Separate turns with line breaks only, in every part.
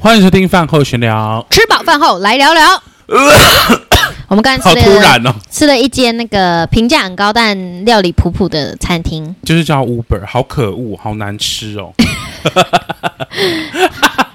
欢迎收听饭后闲聊。
吃饱饭后来聊 聊。我们刚才
好
吃
突
了
然哦，
吃了一间那个评价很高但料理普普的餐厅，
就是叫 Uber，好可恶，好难吃 哦。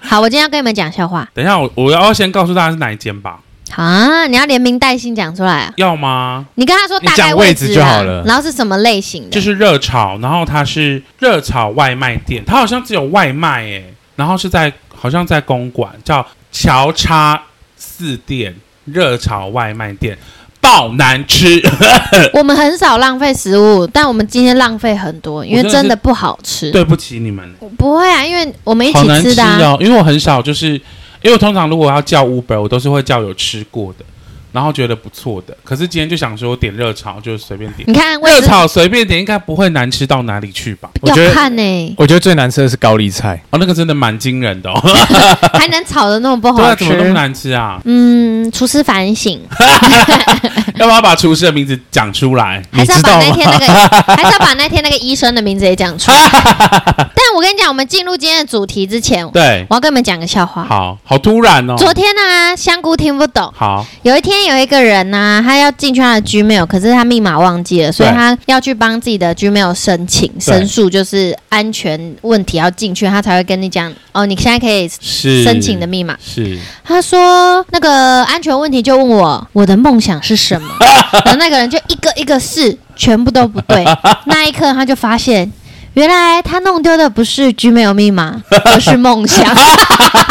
好，我今天要跟你们讲笑话
等一下，我我要先告诉大家是哪一间吧？
好啊！你要连名带姓讲出来啊！
要吗？
你跟他说大概
你讲位
置
置就
啊
好了
然后是什么类型的？
就是热炒，然后它是热炒外卖店，它好像只有外卖诶，然后是在好像在公馆叫乔叉四店热炒外卖店，爆难吃。
我们很少浪费食物，但我们今天浪费很多，因为
我真的是
真的不好 吃。
对不起你们，
我不会啊，因为我们一
好
起
难
吃
吃
的、啊。
哦，因为我很少就是，因为我通常如果要叫 Uber，我都是会叫有吃过的，然后觉得不错的。可是今天就想说点热炒，就随便点。
你看位
热
置
炒随便点，应该不会难吃到哪里去吧？
我觉
要
得
看欸呢、
我觉得最难吃的是高丽菜，
哦，那个真的蛮惊人的哦。
还能炒的那么不
对啊，
好
怎
吃
么。那么难吃啊？
嗯，厨师反省，
要不要把厨师的名字讲出来？
还是要把
你知
那
道
天那个，还是要把那天那个医生的名字也讲 出来。但我跟你讲，我们进入今天的主题之前，我
对，
要跟你们讲个笑话。
好好突然哦。
昨天呢、香菇听不懂。
好，
有一天有一个人呢、他要进去他的 Gmail，可是他密码忘记了，所以
对
他要去帮自己的 Gmail 申请申诉，就是安全问题要进去，他才会跟你讲哦，你现在可以
是
申请的密码。
是
他说那个安全问题就问我我的梦想是什 么，然后那个人就一个一个试，全部都不 对。那一刻他就发现，原来他弄丢的不是 Gmail 密码，而是 梦想，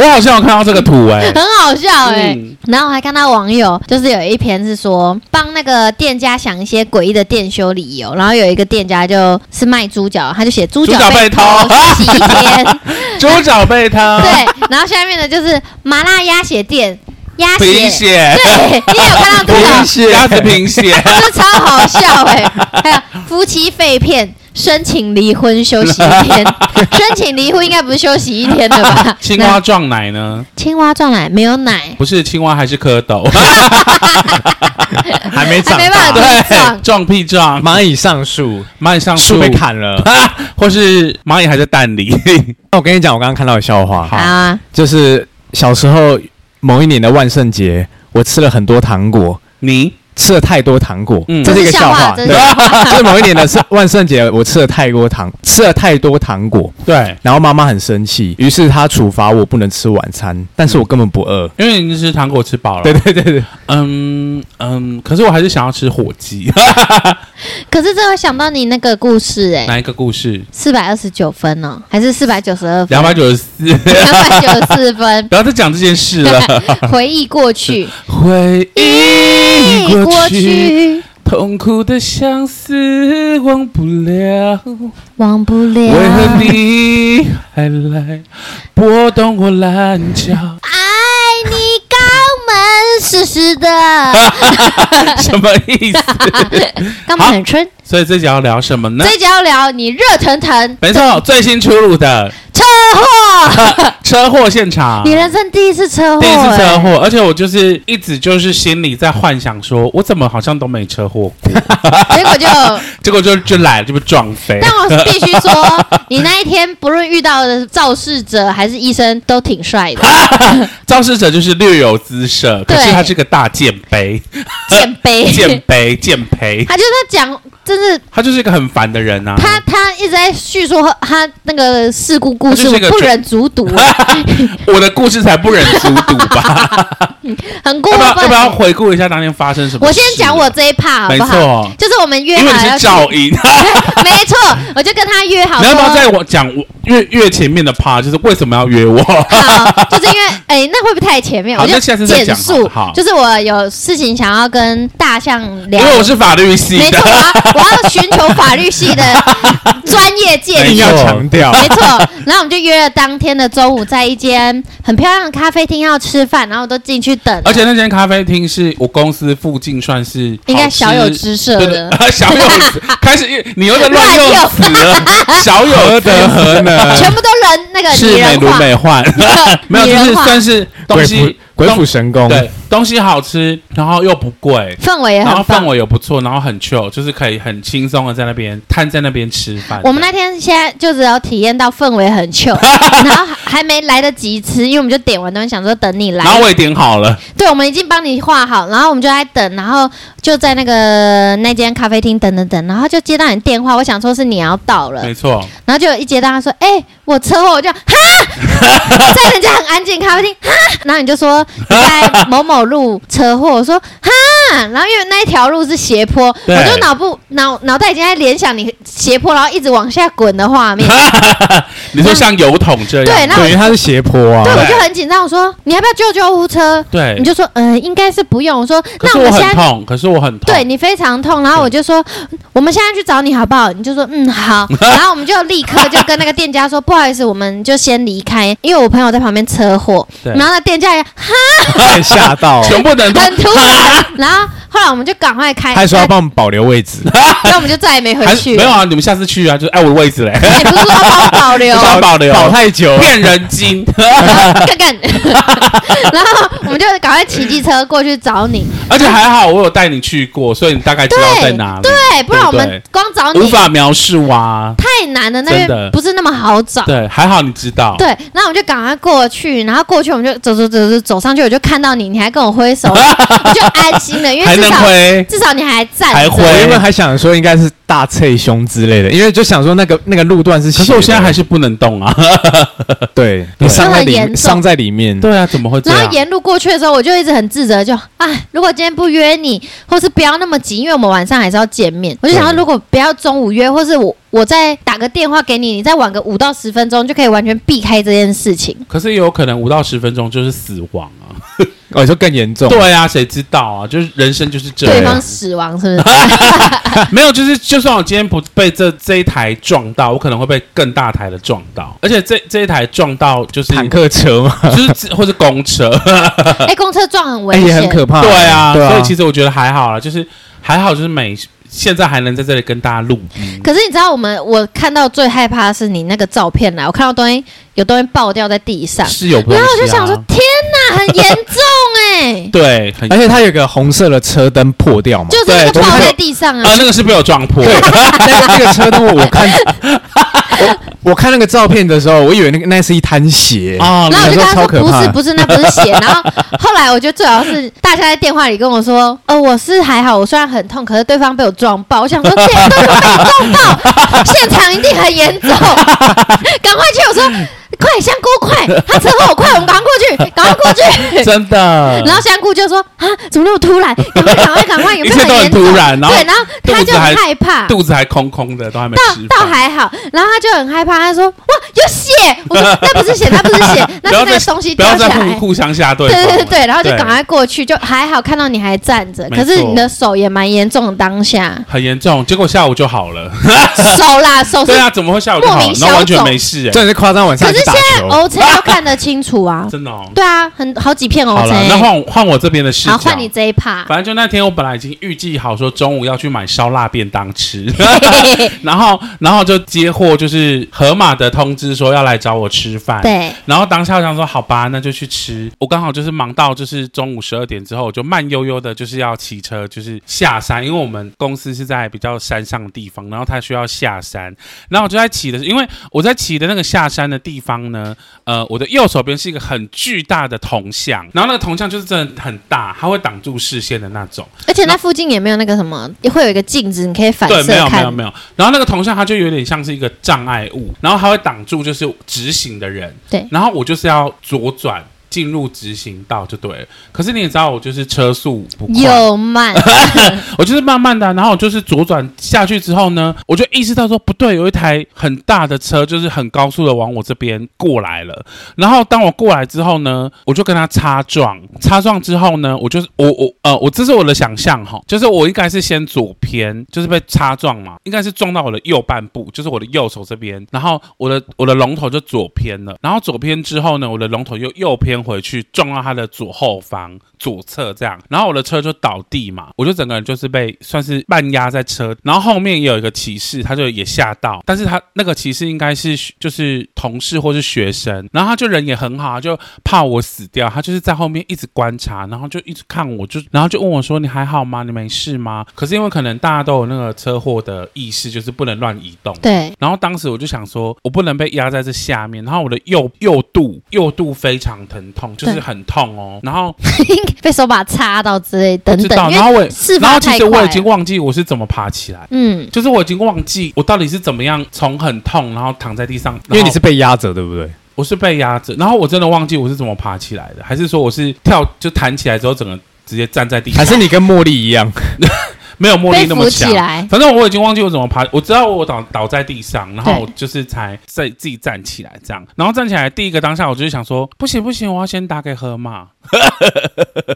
我好像有看到这个图 哎、
很好笑哎、
嗯
然后我还看到网友就是有一篇是说帮那个店家想一些诡异的店修理由，然后有一个店家就是卖猪脚，他就写猪
猪
脚
脚被
被偷
偷
十七天。
猪脚背汤，
对，然后下面的就是麻辣鸭血店，鸭血，
贫血，
对，你也有看到这
贫
个，
血
鸭子贫血，
这超好笑哎、还有夫妻肺片。申请离婚休息一天，申请离婚应该不是休息一天的吧
？青蛙撞奶呢？
那青蛙撞奶没有奶，
不是青蛙还是蝌蚪？
还
还
没长
没办法自
大，
己撞
对，。撞屁撞，
蚂蚁啊上树，
蚂蚁上树
树被，砍了。
或是蚂蚁还在蛋里。
那我跟你讲，我刚刚看到的笑话
好，啊，
就是小时候某一年的万圣节，我吃了很多糖果，
你
吃了太多糖 果，
嗯
这是一个笑
这
话。
是
对，
笑
就是某一年的是万圣节，我吃了太多糖，吃了太多糖果，
对，
然后妈妈很生气，于是她处罚我不能吃晚餐，但是我根本不饿。
因为你吃糖果吃饱了。
对对对对，
嗯嗯，可是我还是想要吃火鸡。
可是这会想到你那个故事 哎、
哪一个故事？
四百二十九分哦，还是四百九十 二分？
两百九十四，，
两百九十四分
不要再讲这件事了。
回忆过去，
回忆过
过
去，
去
痛苦的相思忘不了，
忘不了。
为何你还来拨动我烂脚？
爱你肛门湿湿的，
什么意思？
肛门很春。
所以这集要聊什么呢？
这一集要聊你热腾腾
没错，最新出炉的
车祸，
车祸现场
你。人生第一次车祸、
第一次车
欸，
祸，而且我就是一直就是心里在幻想说，我怎么好像都没车祸 过，
哎结果就，
结果就就来了就被撞飞。
但我必须说，你那一天不论遇到的肇事者还是医生，都挺帅的，
肇事者就是略有姿色，可是
对
他是个大剑 杯，
减肥。
剑杯剑胚，
他就是讲，就是
他就是一个很烦的人啊。
他他一直在叙述他那个事故故
他
事，
就是
我
一个
不忍卒读，
我的故事才不忍卒读吧？
很 过
要不要要不要
分。
回顾一下当天发生什么？
我先讲我，这一 part 好
没
不好？
错，
就是我们约
因为你
好
是
啊要去，
噪音。
没错，我就跟他约好
你要不要
说
在我讲我越越前面的 part，就是为什么要约我？
好，就是因为哎、那会不会太前面？
好
我就
那下次再
简
讲
述
好好，
就是我有事情想要跟大象聊
因。为我是法律系
没错，
的，
我 要我要寻求法律系的专业建议
硬
没。
要
错
强 调。
没错，然后我们就约了当天的中午，在一间很漂亮的咖啡厅要吃饭，然后我都进去等，
而且那间咖啡厅是我公司附近，算是
应该
好吃
小有知识
对
的。
对，小有词开始你又在乱用
乱用
词了，小有
何
词
德何能？
全部都人那个拟
是美
人
如
化，
美 幻，没有
拟
就
人
是
化
算是东
鬼
西
不鬼斧神工，
对，东西好吃，然后又不贵，
氛围也
然后
很棒
氛。围也不错，然后很 chill，就是可以很轻松的在那边摊在那边吃饭。
我们那天现在就只有体验到氛围 很糗，然后还没来得及吃，因为我们就点完东西想说等你来
然，后我也点好了，
对，我们已经帮你画好，然后我们就在等，然后就在那个那间咖啡厅等等等，然后就接到你电话，我想说是你要到了，
没错，
然后就一接到他说，哎、我车祸，我就哈，在人家很安静的咖啡厅哈，然后你就 说你在某某路车祸，我说哈。然后因为那一条路是斜坡，
对
我就脑部脑脑袋已经在联想你斜坡，然后一直往下滚的画面。
你说像油桶这
对，
样，
那我
等于它是斜坡
对
啊。
我就很紧张，我说你要不要救救护车？
对
你就说嗯、呃应该是不用。我说
可
那
是
我
我
们现
很
在
痛，可是我很痛，
对你非常痛，然后我就说，嗯我们现在去找你好不好？你就说，嗯，好。然后我们就立刻就跟那个店家说，不好意思，我们就先离开，因为我朋友在旁边车祸。
对
然后那店家也
被吓到，
哦全部的人都
很突然， 然后后来我们就赶快开，
他还说要
那
帮我们保留位 置，
那我们就再也没回
还是
去。
没有啊？你们下次去啊，就是哎我的位置嘞，
你不是说帮我保留
不？想保留，
保太 久了，
骗人精，
看看， 然后我们就赶快骑机车过去找你。
而且还好我有带你去过，所以你大概知道在哪里，
对，不然我
对
们光找
无
你
法描述啊。
太难了，那
真的
边不是那么好找。
对，还好你知道，
对，然后我们就赶快过去，然后过去我们就走走走走走上去，我就看到你，你还跟 我挥手，我就安心了，因
还
为至
能
少
哎
回，
至少你还站
还
着。
会
我原本还想说应该是大脆胸之类的，因为就想说那个那个路段是斜
可
的，
是我现在还是不能动啊。
对
对
你伤在
伤得
里
严重
面伤在里面，
对啊，怎么会这
然后
样？
沿路过去的时候，我就一直很自责，就哎，如果今天不约你，或是不要那么急，因为我们晚上还是要见面。我就想说，
对
如果不要中午约，或是我我再打个电话给你，你再晚个五到十分钟，就可以完全避开这件事情。
可是也有可能五到十分钟就是死亡啊。
哦，就更严重，
对啊，谁知道啊？就是人生就是这
对
样
方。死亡 是不是？
没有，就是就算我今天不被这这一台撞到，我可能会被更大台的撞到，而且这这一台撞到就是
坦克车嘛，
就是或是公车，
哎、公车撞很危
哎
险，
也很可怕，
对啊。
对啊，
所以其实我觉得还好啦，就是还好，就是每现在还能在这里跟大家录
嗯
音。
可是你知道我们我看到最害怕的是你那个照片啦，我看到东西有东西爆掉在地上，
是有东西、啊，
然后我就想说，天哪，很严重哎、
对，很
而且它有个红色的车灯破掉嘛，
就是那个
对
爆
我们
在地上啊
呃，，那个是被我撞破，
对，那那个车灯我我看 我我看那个照片的时候，我以为那个那是一滩血，
啊，
然后我就跟他
那
说
个超可
不
怕
是不是，那不是 血。然后后来我觉得最好是大家在电话里跟我说，呃，我是还好，我虽然很痛，可是对方被我撞爆，我想说，对，对方被你撞爆， 现场一定很严 重，赶快去，我说快香菇快，他车祸快，我们赶快过去，赶快过去。
真的，
然后香菇就说：“啊，怎么那么突然？赶快，赶快，赶快！有
一
没有
切都
很
很
严重？”
突然然后
对，然后他
肚
就
子还
很害怕，
肚子还空空的，都还没
倒
吃
倒
饭。
还好，然后他就很害怕，他说：“哇，有血！”我说：“那不是血，那不是 血，那
不要
是那个
再
东西
不
掉
要
下
再
来。”
互互相下对
对
方了
对对对，然后就
对
赶快过去，就还好看到你还站着，
没
可是
错
你的手也蛮严重的，当下
很严重，结果下午就好了。
手啦手是
对，啊，怎么会下午就好
莫
了
名？消
那完全
肿
没事哎、
真的是夸张，晚上
可是哦
去打球。
O C 要看得清楚
，
啊
真的哦。
对啊，很好几片 O
好
C，
了，那换我换我这边的视角。
好换你这一 趴，
反正就那天，我本来已经预计好说中午要去买烧腊便当吃， 然后然后就接获就是河马的通知说要来找我吃饭。
对，
然后当下我想说，好吧，那就去吃。我刚好就是忙到就是中午十二点之后，我就慢悠悠的，就是要骑车，就是下山，因为我们公司是在比较山上的地方，然后它需要下山。然后我就在骑的时候，因为我在骑的那个下山的地方呢，呃，我的右手边是一个很巨大的铜像，然后那个铜像就是真的很大，它会挡住视线的那种。
而且那附近也没有那个什么，会有一个镜子，你可以反
对，
射
没有没有
看。
没有。然后那个铜像它就有点像是一个障碍物，然后它会挡住就是直行的人。
对
然后我就是要左转进入直行道就对了。可是你也知道，我就是车速不快，
又慢，
我就是慢慢的啊，然后我就是左转下去之后呢，我就意识到说不对，有一台很大的车就是很高速的往我这边过来了。然后当我过来之后呢，我就跟他擦撞，擦撞之后呢，我就是我我呃，我这是我的想象哈，就是我应该是先左偏，就是被擦撞嘛，应该是撞到我的右半部，就是我的右手这边，然后我的我的龙头就左偏了，然后左偏之后呢，我的龙头又右偏偏回去，撞到他的左后方左侧这样，然后我的车就倒地嘛，我就整个人就是被算是半压在车，然后后面也有一个骑士，他就也吓到，但是他那个骑士应该是就是同事或是学生，然后他就人也很好，他就怕我死掉，他就是在后面一直观察，然后就一直看我，就然后就问我说：“你还好吗？你没事吗？”可是因为可能大家都有那个车祸的意识，就是不能乱移动。
对，
然后当时我就想说，我不能被压在这下面，然后我的右右肚右肚非常疼痛，就是
对
很痛哦。然后
被手把插到之类
不
等
知道，
等，因
然后
为
我也
事
然
发
后其
太
实
快了。
我已经忘记我是怎么爬起来，
嗯，
就是我已经忘记我到底是怎么样从很痛，然后躺在地上，
因为
然后
你是被压着，对不 对？
我是被压着，然后我真的忘记我是怎么爬起来的，还是说我是跳就弹起来之后整个直接站在地
还
上，
是你跟茉莉一样？
没有茉莉
被
那
扶
么强
起。来，
反正我已经忘记我怎么爬，我知道我倒倒在地上，然后
对
就是才在自己站起来这样，然后站起来第一个当下我就是想说，不行不行，我要先打给河马，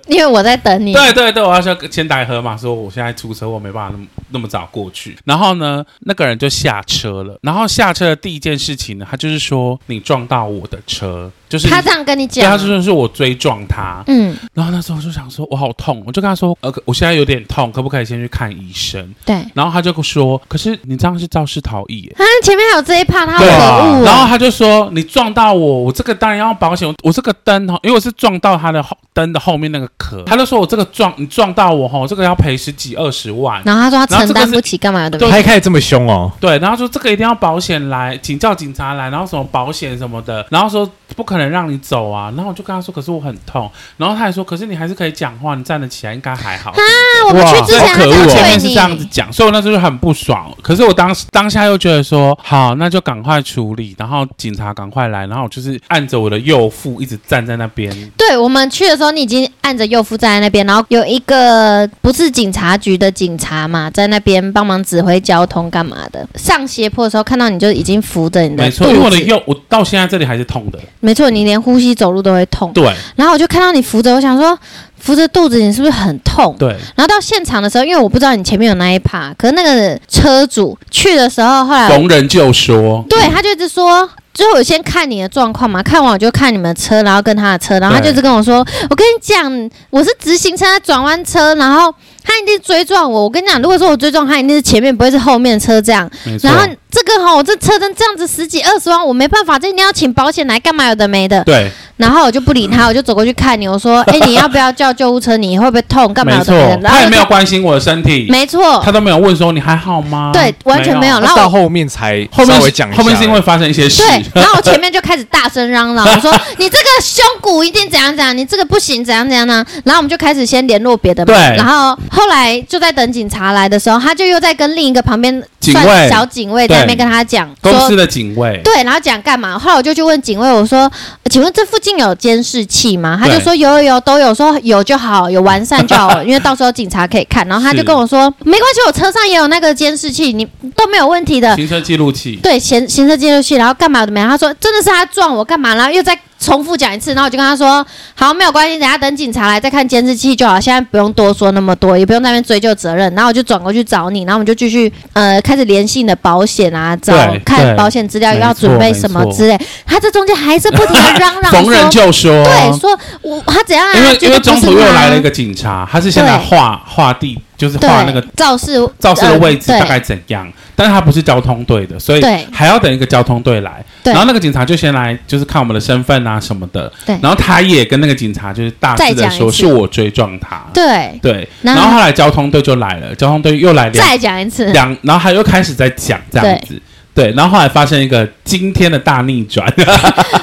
因为我在等你。
对对对，我要先先打给河马说我现在出车祸没办法那么那么早过去，然后呢那个人就下车了，然后下车的第一件事情呢，他就是说你撞到我的车，就是
他这样跟你
对
讲
他
啊，
就是说我追撞他，
嗯，
然后那时候我就想说，我好痛，我就跟他说，呃，可我现在有点痛，可不可以先去看医生？
对。
然后他就说，可是你这样是肇事逃逸耶。
啊，前面还有这一趴，他好
对啊
可恶
然后
哦。
他就说：“你撞到我，我这个当然要保险。我这个灯哦，因为我是撞到他的后灯的后面那个壳。”他就说：“我这个撞你撞到我吼，这个要赔十几二十万。
然后他说
然
他
后这
承
个
担
是
不起，干嘛的？
对
他一开始这么凶哦，”
对，然后说这个一定要保险来，请叫警察来，然后什么保险什么的，然后说不可能让你走啊。然后我就跟他说：“可是我很痛。”然后他还说：“可是你还是可以讲话，你站得起来，应该还好。”
那我们去之前
哇
他
好可
就
恶哦
前
对
面是这样子
你，
讲，所以我那时候就很不爽。可是我当时当下又觉得说，好，那就赶快处理，然后警察赶快来，然后我就是按着我的右腹一直站在那边。
对我们去的时候，你已经按着右夫站在那边，然后有一个不是警察局的警察嘛，在那边帮忙指挥交通干嘛的。上斜坡的时候看到你就已经扶着你的
没
肚
错，因为我的
子，
右，我到现在这里还是痛的。
没错，你连呼吸走路都会痛。
对
然后我就看到你扶着，我想说扶着肚子你是不是很痛？
对，
然后到现场的时候，因为我不知道你前面有那一趴，可是那个车主去的时候，后来我
逢人就说，
对他就一直说。最后我先看你的状况嘛，看完我就看你们的车，然后跟他的车，然后他就
对
一直跟我说：“我跟你讲，我是直行车，他转弯车，然后他一定追撞我。我跟你讲，如果说我追撞他，一定是前面，不会是后面的车这样。
没错
然，后这个哈、我这车灯这样子十几二十万，我没办法，这一定要请保险来干嘛？有的没的。
对，
然后我就不理他，我就走过去看你，我说：哎、你要不要叫救护车？你会不会痛？干嘛
没
有的
错
没的？，然
他
后
也
就
没有关心我的身体，
没错，
他都没有问说你还好吗？
对完全没有然后
他到后面才
后面
稍微
是
讲一下，
后面是因为发生一些事，
对，然后我前面就开始大声嚷嚷，我说你这个胸骨一定怎样怎样，你这个不行怎样怎样呢、然后我们就开始先联络别的嘛，
对
然后后来就在等警察来的时候，他就又在跟另一个旁边
警
算
卫
小警卫在那边
对
跟他讲
公司
说。
的警卫，
对，然后讲干嘛？后来我就去问警卫，我说：“请问这附近有监视器吗？”他就
对
说：“有有有，都有。”说有就好，有完善就好，因为到时候警察可以看。然后他就是跟我说：“没关系，我车上也有那个监视器，你都没有问题的。”
行车记录器，
对，行行车记录器，然后干嘛的没有？他说真的是他撞我干嘛？然后又再重复讲一次，然后我就跟他说，好，没有关系，等下等警察来再看监视器就好，现在不用多说那么多，也不用在那边追究责任。然后我就转过去找你，然后我们就继续呃开始联系你的保险啊，找
对
看
对
保险资料
没
要准
错
备
没
什么
错
之类。他这中间还是不停的嚷 嚷
逢人
说，
就说，
对，说我他怎样啊？
因为
绝
因
对
为
不
中
是
途又
他
来了一个警察，他是先来
对
画画地，就是
对
画那个
肇事
肇事的位置
呃
大概怎样，但是他不是交通队的，所以
对
还要等一个交通队来。
对
然后那个警察就先来，就是看我们的身份啊什么的。
对
然后他也跟那个警察就是大
再
致
讲
的
一
说，
次
是我追撞他。
对对，
对，
然
然
后
后后来交通队就来了，交通队又来两
再讲一次，
两，然后他又开始在讲这样子。对，然后后来发生一个惊天的大逆转，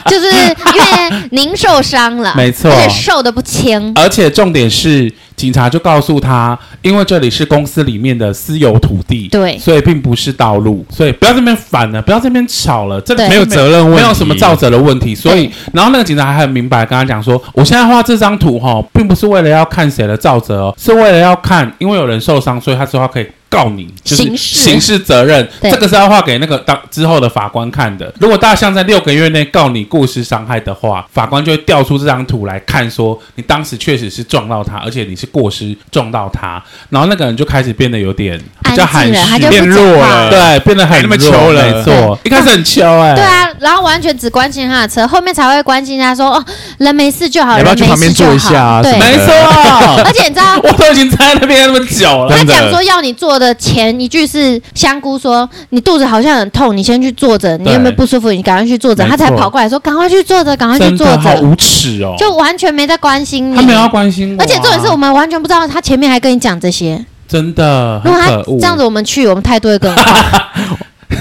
就是因为您受伤了，
没错
而且受的不轻，
而且重点是，警察就告诉他，因为这里是公司里面的私有土地，
对
所以并不是道路，所以不要这边反了，不要这边吵了，这里
对
没有责任问题，
没有什么造责的问题，所以，然后那个警察还很明白地跟他讲说，我现在画这张图哈、并不是为了要看谁的造责哦，是为了要看，因为有人受伤，所以他之后可以告你，就是
刑事
刑事责任，
对
这个是要画给那个当之后的法官看的。如果大象在六个月内告你过失伤害的话，法官就会调出这张图来看，说你当时确实是撞到他，而且你是过失撞到他，然后那个人就开始变得有点比
安
较含
静
蓄
了，，他就
变
不讲
弱
话
了
对，变得很
没那么
弱
秋了
没错，一开始很秋哎、
对啊，然后完全只关心他的车，后面才会关心他说哦，人没事就好，
要不要去
人没
旁边
事就
坐一
好
下啊什
对，
么
没错，。
而且你知道
哎 我都已经在那边那么久了，
他
真的
讲说要你坐的前一句是香菇说你肚子好像很痛，你先去坐着，你有没有
对
不舒服？你赶快去坐着。
没
他才
错
跑过来说赶快去坐着，赶快去
真
坐
的好
着，
无耻哦！
就完全没在关心你。
他没有要关心我啊、
而且重点是我们完全不知道他前面还跟你讲这些。
真的
如
很
果他
可恶。
这样子，我们去，我们态度会更 好。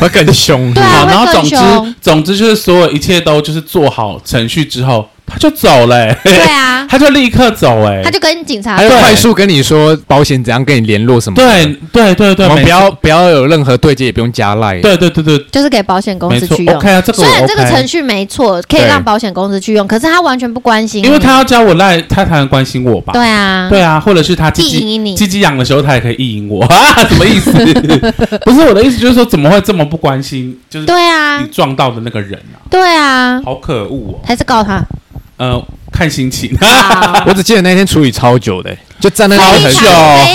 我更凶。
对啊
好，然后
会
总
更
之
凶
总之就是所有一切都就是做好程序之后，他就走了、欸，
对啊，
他就立刻走、欸，
他就跟警察
还有
对
快速跟你说保险怎样跟你联络什么的。
对对对对，
我们
没
不要
错
不要有任何对接，也不用加赖。
对对对对，
就是给保险公
没
司
错
去用。
，OK 啊，这个
虽
我
然
OK。
这个程序没错，可以
对
让保险公司去用，可是他完全不关心你，
因为他要教我赖，他才能关心我吧？
对啊，
对啊，或者是他鸡
意
鸡
淫你
鸡鸡痒的时候，他也可以意淫我 啊？什么意思？不是我的意思，就是说怎么会这么不关心？就是
对啊
你，撞到的那个人啊，
对啊，
好可恶哦！
还是告 他。
呃，看心情。
好
我只记得那天处理超久的，就站在那
好
里
非
很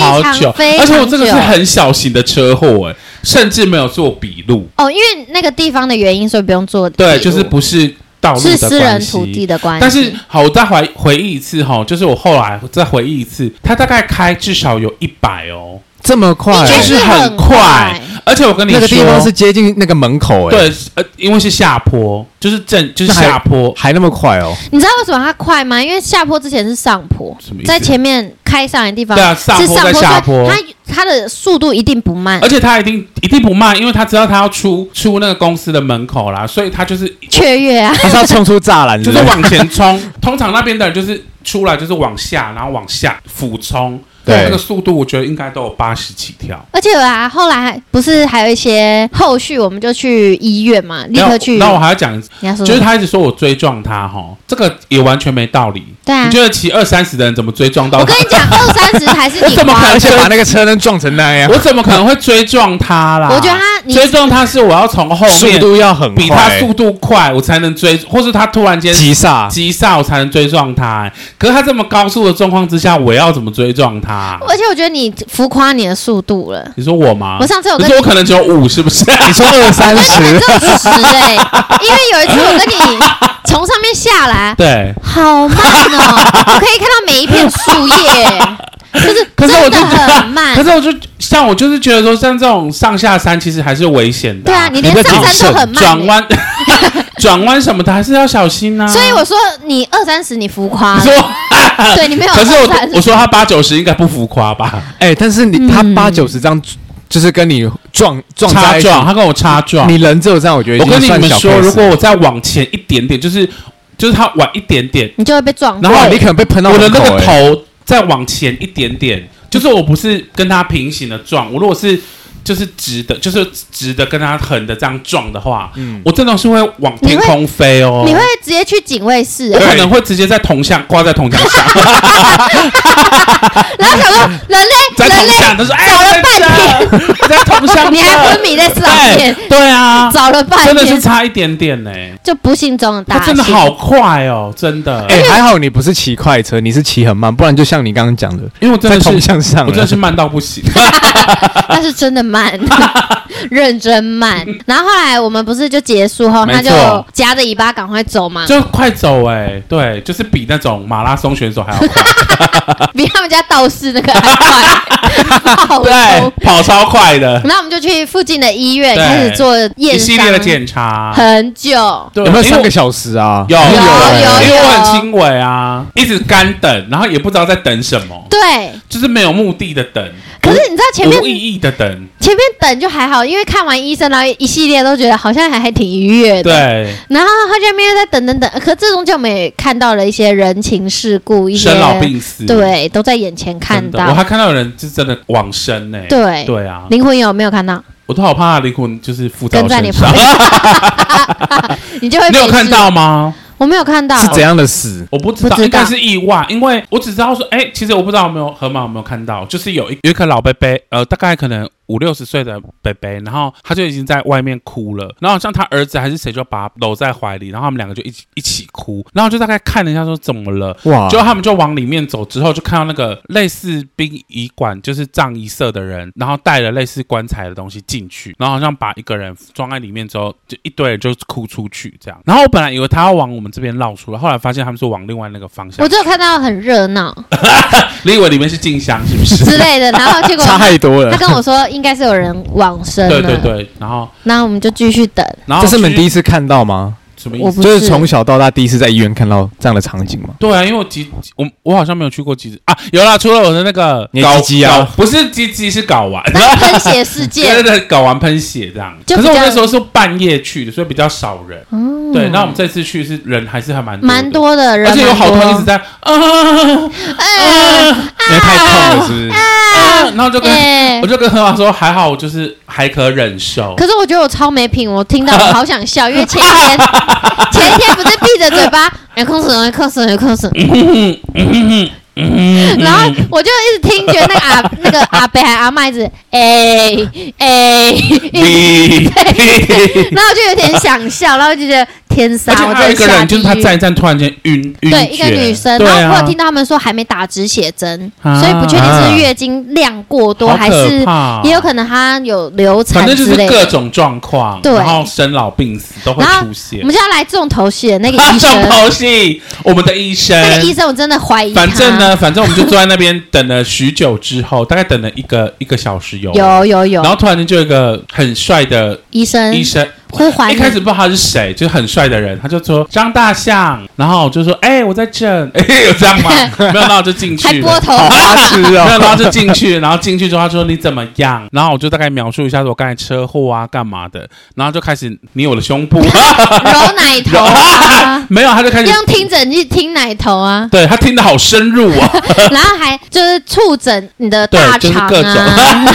久
常
久。
好久，
非常
而且我这个是很小型的车祸，哎，甚至没有做笔录，
哦，因为那个地方的原因，所以不用做。
对，就是不是道路
是
的
私人
关
土地
系。
的关系。
但是好，我再回回忆一次哈，就是我后来再回忆一次，他大概开至少有一百哦，
这么快，
的确
就是很
很
快
快。
而且我跟你
那
说，
个地方是接近那个门口哎，，
对，呃，因为是下坡，就是正就是下坡，
还那么快 哦，
你知道为什么它快吗？因为下坡之前是上坡
什么意，思
在前面开上来的地方
对啊上坡
是上
再
坡，
下
所以
坡
它它的速度一定不慢
而，且他一定一定不慢，因为他知道他要出出那个公司的门口啦，所以他就是
雀跃啊，
他是要冲出栅栏，
就是
是不是
往前冲。 通常那边的人就是出来就是往下，然后往下俯冲。
对
那个速度我觉得应该都有八十起跳。
而且啊，后来还不是还有一些后续，我们就去医院嘛，立刻去。嗯
那我还要讲，
你要说
就
什
是
么，
他一直说我追撞他哈，这个也完全没道理。
对啊
你觉，得骑二三十的人怎么追撞到
我
他
跟？你讲，二三十才是你
这么
花
快
而
的。
且把那个车灯撞成那样
我，怎么可能会追撞他啦？
我觉得他你
追撞他是我要从后
速
面
度要很快，
比他速度快，我才能追，或是他突然间
急刹，
急刹，我才能追撞他、欸可是他这么高速的状况之下，我要怎么追撞他、
而且我觉得你浮夸你的速度了。
你说我吗？
我上次有
可
跟
是
你
我可能只有五，是不 是？
你说二
哎
三十，
这十哎，因为有一次我跟你从上面下来，
对，
好慢哦，我可以看到每一片树 叶，就是
可是我
真
就觉
的
得
很，
可
慢。
是我就像我就是觉得说，像这种上下山其实还是危险的、哎
对啊，你连
你在
上
谨慎
山都很慢、欸
转。弯， 转弯什么的还是要小心啊。
所以我说你二三十你浮夸
你说
了，，对你没有
啊 可是
二三
我我
十，
说他八九十应该不浮夸吧？
哎，但是你他
嗯
八九十张，就是跟你撞撞在
擦
一起
撞，他跟我擦撞
你，人只有这样，我觉得
我
已经
跟你
算
们
小
说，
case
如果我再往前一点点，就是就是他晚一点点，
你就会被撞
然
到。
后
哇你可能被喷到
我的
门
那
口
个
哎
头再往前一点点，就是我不是跟他平行的撞，我如果是就是直的，就是直的跟他横的这样撞的话，
嗯
我真的是会往天空飞哦。
你会直接去警卫室，
我可能会直接在铜像挂在铜像上，
然后 想说人类
在
人
铜
类
像，他说：“哎，我在这，我在铜像这。”
你还昏迷在上面，
对对啊，
找了半
真的是
天，
差一点点呢。
就不幸中的大
他
幸。
真的好快哦，真 的。
哎，还好你不是骑快车，你是骑很慢，不然就像你刚刚讲的，
因为我真
在
的
同
是，
向上
我真
了
的是。慢到不 行。
嗯他是真 的慢，认真慢。然后后来我们不是就结束后，
没
他就
错
夹着尾巴赶快走嘛，
就快走哎、对，就是比那种马拉松选手还要快，
比他们家道士那个还快，好
对
痛。，
跑超快 的，
然后我们就去附近的医院
对
开始做验
一系列的
伤，啊
检查，
很久。
对
有没有
因为
三个小时啊？
有
有有
因为我
有
很轻微啊，一直干等，然后也不知道在等什么，
对，
就是没有目的的等，
可是你知道前面
无意义的等，
前面等就还好，因为看完医生，然后一系列都觉得好像还还挺愉悦的。
对，
然后他就面在等等等，可这中间我们也看到了一些人情世故，一些
生老病死，
对都在眼前看
真的我
到
还。看到有人就真的往生呢、
对
对啊，
灵魂有没有看到？
我都好怕灵魂就是附在
跟
我
在你
身
旁
上，啊
边，你就会
你有
没
看
事？
到吗？
我没有看到
是，怎样的死？
我不知道，
不知道
应该是意外，因为我只知道说，哎、其实我不知道有没有河马有没有看到，就是有一有一颗老贝贝，呃，大概可能五六十岁的北北，然后他就已经在外面哭了，然后好像他儿子还是谁就把他搂在怀里，然后他们两个就一起一起哭，然后就大概看了一下说怎么了，
哇，
就他们就往里面走之后，就看到那个类似殡仪馆，就是葬仪社的人，然后带了类似棺材的东西进去，然后好像把一个人装在里面之后，就一堆人就哭出去这样。然后我本来以为他要往我们这边绕出来，后来发现他们是往另外那个方向
我。只有看到很热闹
你以为里面是静香是不是？
之类的，然 后结果
差
他
太多了
他。跟我说应该是有人往生了，
对对对，然后
那我们就继续等。
然后
这是你们
去
第一次看到吗？
什么意
我
思？
不
就是
是
从小到大第一次在医院看到这样的场景吗？
对啊，因为我急，我我好像没有去过急诊啊，有啦，除了我的那个
你的
睾
鸡鸡啊
睾不是鸡鸡是睾丸，
喷血事
对
件，
对对，睾丸喷血这样。
就
可
比
是
较
我那时候是半夜去的，所以比较少人。
嗯
对，那我们这次去是人还是还蛮
蛮
多
多的
的，
人，
而且有好多人一直在啊
哎
因为太痛了，是不是？
啊，然后就跟
哎
我。就跟何华说，还好我就是还可忍受。
可是我觉得我超没品，我听到我好想笑，因为前一 天前一天不是闭着嘴巴，哎，空死，哎，空死，哎，空死，然后我就一直听，觉得那个阿那个阿伯还阿麦子，哎哎，
你，
然后我就有点想笑，然后就觉得天杀
而且，
我
还有
真
一个
的下
人，就是他
地狱。
站一站，突然间晕晕厥。
对，一个女生，
对
然后我
啊，
有听到他们说还没打止血针，
啊
所以不确定是月经量过多，
好
还
可
是
怕
也有可能她有流产
啊反正就
之
是
类
各
的。
种状况，
对
然后生老病死都会
然后
出现
我。们现在来重头戏的 那个
他
医
重
生，
头戏，我们的医生。
那个医生我真的怀疑他。
反正呢，反正我们就坐在那边等了许久之后，大概等了一个一个小时有。
有嗯有有
然后突然间就有一个很帅的
医生
医生，
呼唤
一
你
开始不知道他是谁，就是很帅的人，他就说张大象，然后我就说哎、我在这，哎、 有这样吗？没有，然后我就进
还
去了
拨。 头
好
发，
花痴
没有，然
哦！
后就进去，然后进去之后他说你怎么样？然后我就大概描述一下说我刚才车祸啊干嘛的，然后就开始捏我的胸部，
揉奶头啊，
没有，他就 开始
用听诊器听奶 头啊，
对他听得好深入哦，
然后还就是触诊你的大
对，就是
肠
各
啊，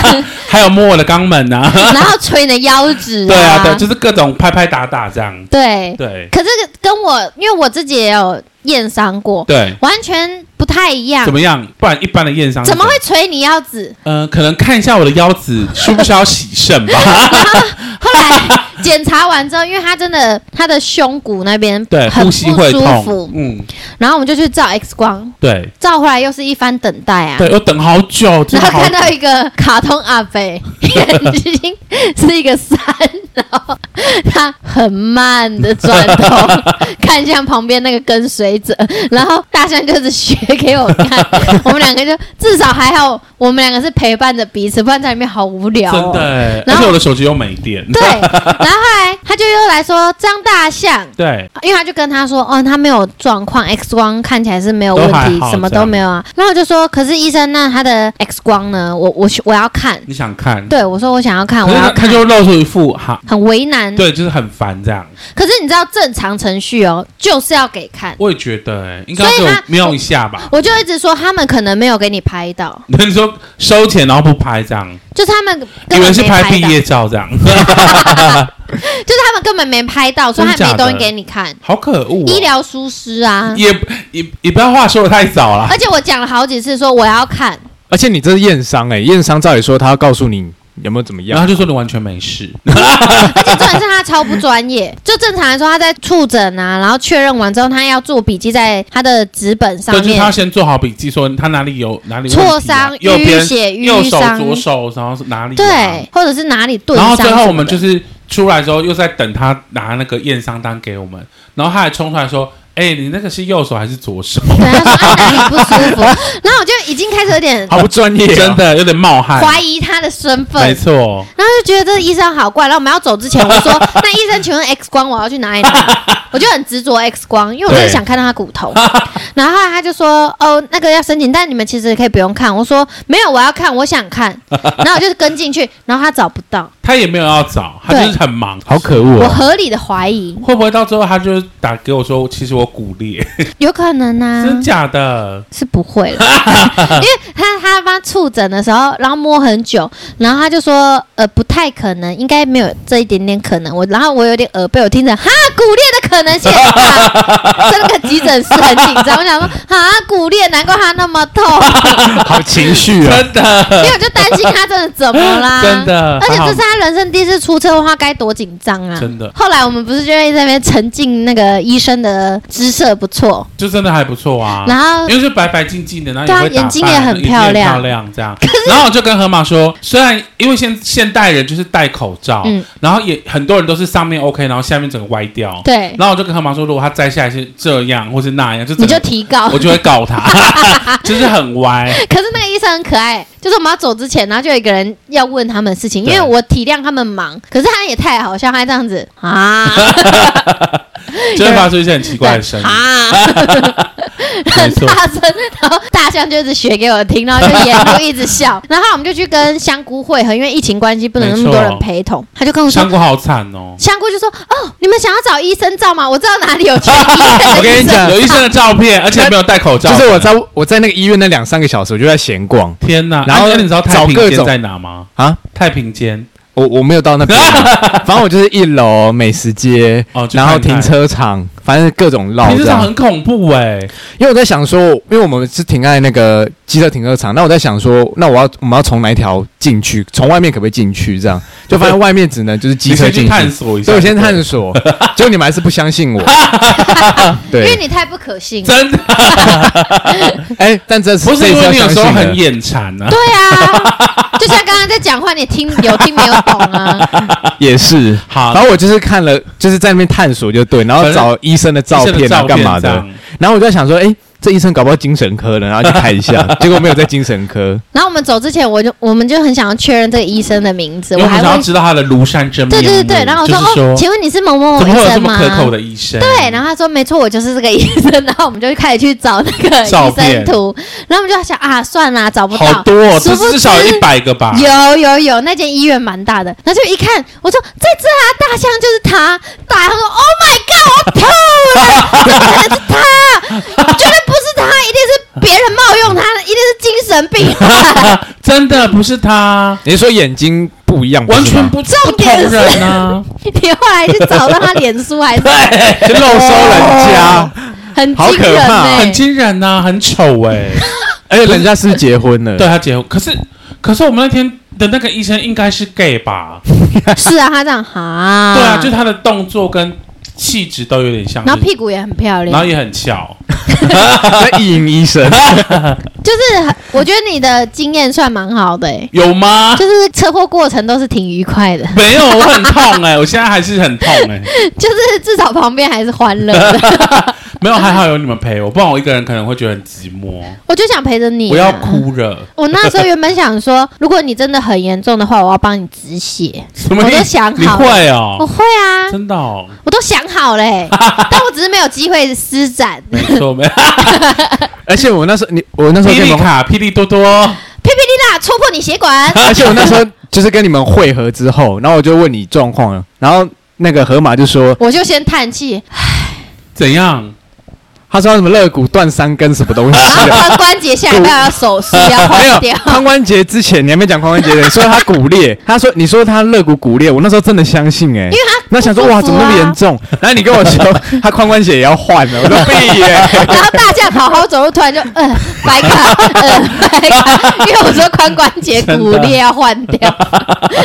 种，还有摸我的肛门啊，
然后捶你的腰子
对啊，对，就是各种拍拍打打这样，
对。
对
可是跟我，因为我自己也有验伤过，
对，
完全不太一样
怎。么样？不然一般的验伤
怎么
是
会捶你腰子？
什么？呃，可能看一下我的腰子需不需要洗肾 吧？
后来检查完之后，因为他真的他的胸骨那边
对，
很
呼
不
吸会
舒
痛
服，，
嗯，
然后我们就去照 X 光，
对
照回来又是一番等待啊。
对，我等好久，真
然
的
后
好
看。到一个卡通阿北， 眼睛是一个山，然后他很慢的转 头看向旁边那个跟随者，然后大象就是学给我 看，我们两个就至少还好，我们两个是陪伴着彼此，不然在里面好无聊、
真
哦。
的欸，而
然后
且我的手机又没电。
对，然后后来他就又来说张大象，
对，
因为他就跟他说，哦，他没有状况，X 光看起来是没有问
都还
题，
好
什么都没有啊。然后我就说，可是医生，那他的 X 光呢？我我我要看，
你想看？
对我说我想要看，
可
我
是他
要
他
看，嗯
就露出一副哈，
很为难。
对，就是很烦这样。
可是你知道正常程序哦，就是要给看。
我也觉得欸，应该
所以
给我
他
瞄一下吧。
我就一直说他们可能没有给你拍到，
你说收钱然后不拍这样，
就是他们
以
根本
为是
没拍
拍
到，
毕业照这样，
就是他们根本没拍到，所以
真的
他
假
没
的
东西给你看。
好可恶哦！
医疗疏失啊，
也也也不要话说的太早了
而，且我讲了好几次说我要看，
而且你这是验伤哎，验伤照理说他要告诉你有没有怎么
然后
样，
就说你完全没事，
而且重点是他超不专 业。就正常来说，他在触诊啊，然后确认完之后，他要做笔记在他的纸本上
对，就是他
面。
先做好笔记，说他哪里有哪里问题啊
挫伤、
右
淤
边
血、
右
淤
手
伤，
左手，然后是哪里啊
对，，或者是哪里钝
然后
伤什么的。
最后我们就是出来之后又在等他拿那个验伤单给我们，然后他还冲出来说：“哎，你那个是右手还是左手
对他说啊哪里不舒服， 然后我就已经开始有点
好不专？”业，
真。的有点冒汗，
啊怀疑他的身份，
没错，
然后就觉得这医生好怪。然后我们要走之前，我说那医生，请问 X 光我要去哪里拿？ 我就很执着 X 光，因为我真的
对
想看到他骨头。然后后来他就说哦，那个要申请，但你们其实可以不用看。我说没有，我要看，我想看。然后我就跟进去，然后他找不到，
他也没有要找，他就是很忙，
好可恶
我
哦！
合理的怀疑。
会不会到最后他就打给我说，其实我我骨裂，
有可能啊，
真假的？
是不会了， 因为他他帮触诊的时候，然后摸很久，然后他就说呃不太可能，应该没有这一点点可能。我然后我有点耳背，我听着哈骨裂的可能性 很大，真的急诊室很紧张，我想说哈骨裂，难怪他那么痛，
好情绪啊！
真的，
因为我就担心他真的怎么 啦，
真。的，
而且这
好
是他人生第一次出车祸，该多紧张啊！
真的
后来我们不是就在那边沉浸那个医生的姿色不错，
就真的还不错啊。
然后
因为是白白净净的，然后
呃对啊
也会打扮
眼睛也很漂
眼
亮
睛也漂亮这样。然后我就跟河马说，虽然因为现现代人就是戴口罩，
嗯
然后也很多人都是上面 OK，然后下面整个歪掉。
对，
然后我就跟河马说，如果他摘下来是这样或是那样，就整
你就
个
提高。
我就会告 他，就是很歪。
可是那个医生很可爱，就是我们要走之前，然后就有一个人要问他们事情，因
对
为我体谅他们忙，可是他也太好笑，他这样子啊，
就会发出一些很奇怪的声音。
啊，
没
很
错
大声，然后大象就一直学给我听，然后就沿路一 直笑，然后我们就去跟香菇会合，因为疫情关系不能那么多人陪同，他就跟我说
香。菇好惨哦！
香菇就说：“哦，你们想要找医生照吗？我知道哪里有缺医生
我
的医
跟你
生
讲
有医生的照片，而且没有戴口罩。
就是我在我在那个医院那两三个小时，我就在闲逛
天哪！
然后
啊你知道太平
找各
间
种
在哪吗？
啊，
太平间
我我没有到 那边啊，反正我就是一楼美食街，
哦，去
然后
看看
停。车场，反正各种绕
停
这
车场
样。
很恐怖哎，
因为我在想说，因为我们是停在那个机车停车场，那我在想说，那我要我们要从哪一条进去？从外面可不可以进去？这样就发现外面只能就是机
你
车
先去
进
探
去。
索一下。
所以我先探索，结果你们还是不相 信我。
因为
对，
你太不可信。
真的
哎，但这次
不是
这一
因
次
为
要
你有
相
时候
信
很
的
眼馋啊，
对啊，就像刚刚在讲话，你听有听没有懂啊？
也是。
好
然后我就是看了，就是在那边探索就对，然后
反正
找医生的照
医生的
片啊
照
干嘛
这
的
样。
然后我就在想说，哎，这医生搞不好精神科呢，然后去看一下，结果没有在精神科。
然后我们走之前，我就我们就很想要确认这个医生的名字，
因为
我
我们
还
想要
会
知道他的庐山真面
对
目。
对对对，然后我
就
说,、
是
哦，
说
请问你是某某
怎么
某医
会有这
生
么
吗？
可口的医生？
对，然后他说没错，我就是这个医生。 然后我们就开始去找那个医
照片
生图，然后我们就在想啊，算啦，找不到，
好多哦，
殊
至
不知
至少有一百啊个吧。
有有有，那间医院蛮大的，然后就一看，我说在这啊，大象就是他，大象说 Oh my God，我吐了， 真的是他，绝对不是他，一定是别人冒用他，一定是精神病犯。
真的不是他，
你是说眼睛不一样，
完全
不
不
重
不同
点是
人啊。
你后来去找到他脸书还是
对，
是吗就漏收人家，
很
好
惊
可
人欸
怕
呢、
很惊人呐、很丑哎、
而且人家是不是结婚了。
对，他结婚，可是可是我们那天的那个医生应该是 gay 吧？
是啊，他这样哈，
对啊，就他的动作跟气质都有点像，
然后
就是
屁股也很漂
然后
亮，
也很翘。
在意淫医生，
就是很我觉得你的经验算蛮好的、欸，
有吗？
就是车祸过程都是挺愉快的，
没有，我很痛哎、我现在还是很痛哎、
就是至少旁边还是欢 乐的，
没有，还好有你们陪我，不然我一个人可能会觉得很寂寞，
我就想陪着你、啊
我要。哭了。
我那时候原本想说，如果你真的很严重的话，我要帮你止血。
什么意
我
思？
都想
你
好了
会
我
哦，
会啊，
真的哦，
我都想好 了、欸，但我只是没有机会施展。
没错， 没
而且我那时候你我那时候
霹
跟你
雳
们，
卡、霹雳多多，
噼噼丽娜戳破你血管，
而且我那时候就是跟你们会合之后，然后我就问你状况了，然后那个河马就说
我就先叹气，
怎样？
他说他什么肋骨断三根什么东西
然后
的，
髋关 节下礼拜要手术要
没有
换掉。
髋关节之前你还没讲髋关节的，你说他骨裂，他说你说他肋骨骨裂，我那时候真的相信哎、
因为他
那想说哇， 怎么那么严重？然后你跟我说他髋关节也要换了，我 说屁耶、
然后大象好好走路，突然就呃白卡呃白卡，因为我说髋关节骨裂要换 掉，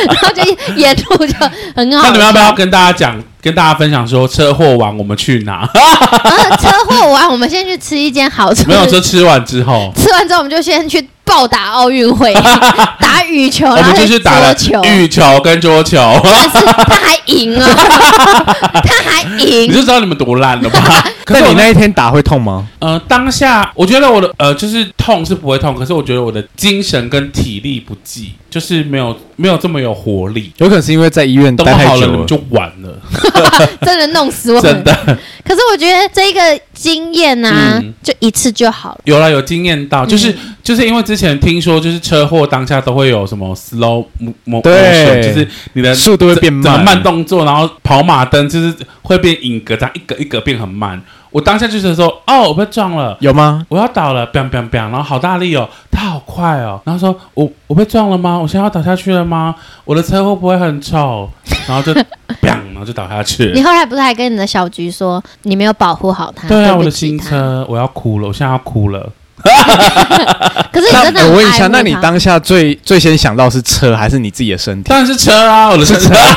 然后就沿路就很好笑。
那你们要不要跟大家讲，跟大家分享说车祸完我们去 哪？
然后呃车祸完，我们先去吃一间好吃。
没有，就吃完之后，
吃完之后，我们就先去暴打奥运 会，打羽球，
我
然后
们就
再
去打了
桌球。
羽球跟桌球，
但是他还赢啊，他还
你
赢。
就知道你们多烂了 吧？可
那
是
你
我
那一天打会痛吗？
呃当下，我觉得我的呃就是痛是不会痛，可是我觉得我的精神跟体力不济，就是没有没有这么有活力。
有可能是因为在医院
等
待
我
太
好了，
久
你
了
们。就完了，
真的弄死我！
真。的。
可是我觉得这个经验啊
嗯，
就一次就好了。
有啦，有经验到，就是、就是因为之前听说，就是车祸当下都会有什么 slow mo- mo- motion，
对
就是你的
速度会变
怎么
慢，
慢动作，然后跑马灯就是会变影格，这样一格一格变很慢。我当下就是说，哦，我被撞了。
有吗？
我要倒了，biang biang biang，然后好大力哦，他好快哦，然后说我我被撞了吗？我现在要倒下去了吗？我的车会不会很丑？ 然后就 biang，然后就倒下去
你
了。
后来不是还跟你的小菊说，你没有保护好它，
对啊，
不
我的
起
新
它。
车，我要哭了，我现在要哭了。
可是你真的
那
很
我问一
爱
下，
护
那你
它
当下最最先想到是车还是你自己的身体？
当然是车啊，我的车，
当然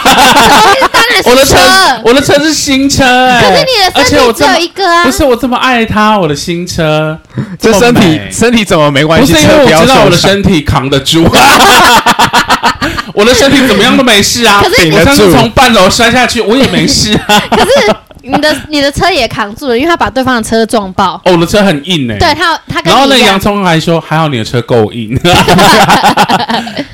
我的
是车，
我的车是新车哎、
可是你的
而且
身
我
体只
这么
有一个啊
不。是我这么爱它，我的新车，
这身
这么
体
美
身体怎么没关
不
系？
是因
车
为
不
我
要
知道我的
受伤
身体扛得 住，我的身体怎么样都没事啊。
可是你
我上次
顶得
从
住
半楼摔下去，我也没事啊。
可是你的你的车也扛住了，因为他把对方的车撞爆。
哦，我的车很硬哎、
对他，他跟
然后那
你
个
一
洋
样，
葱还说，还好你的车够 硬，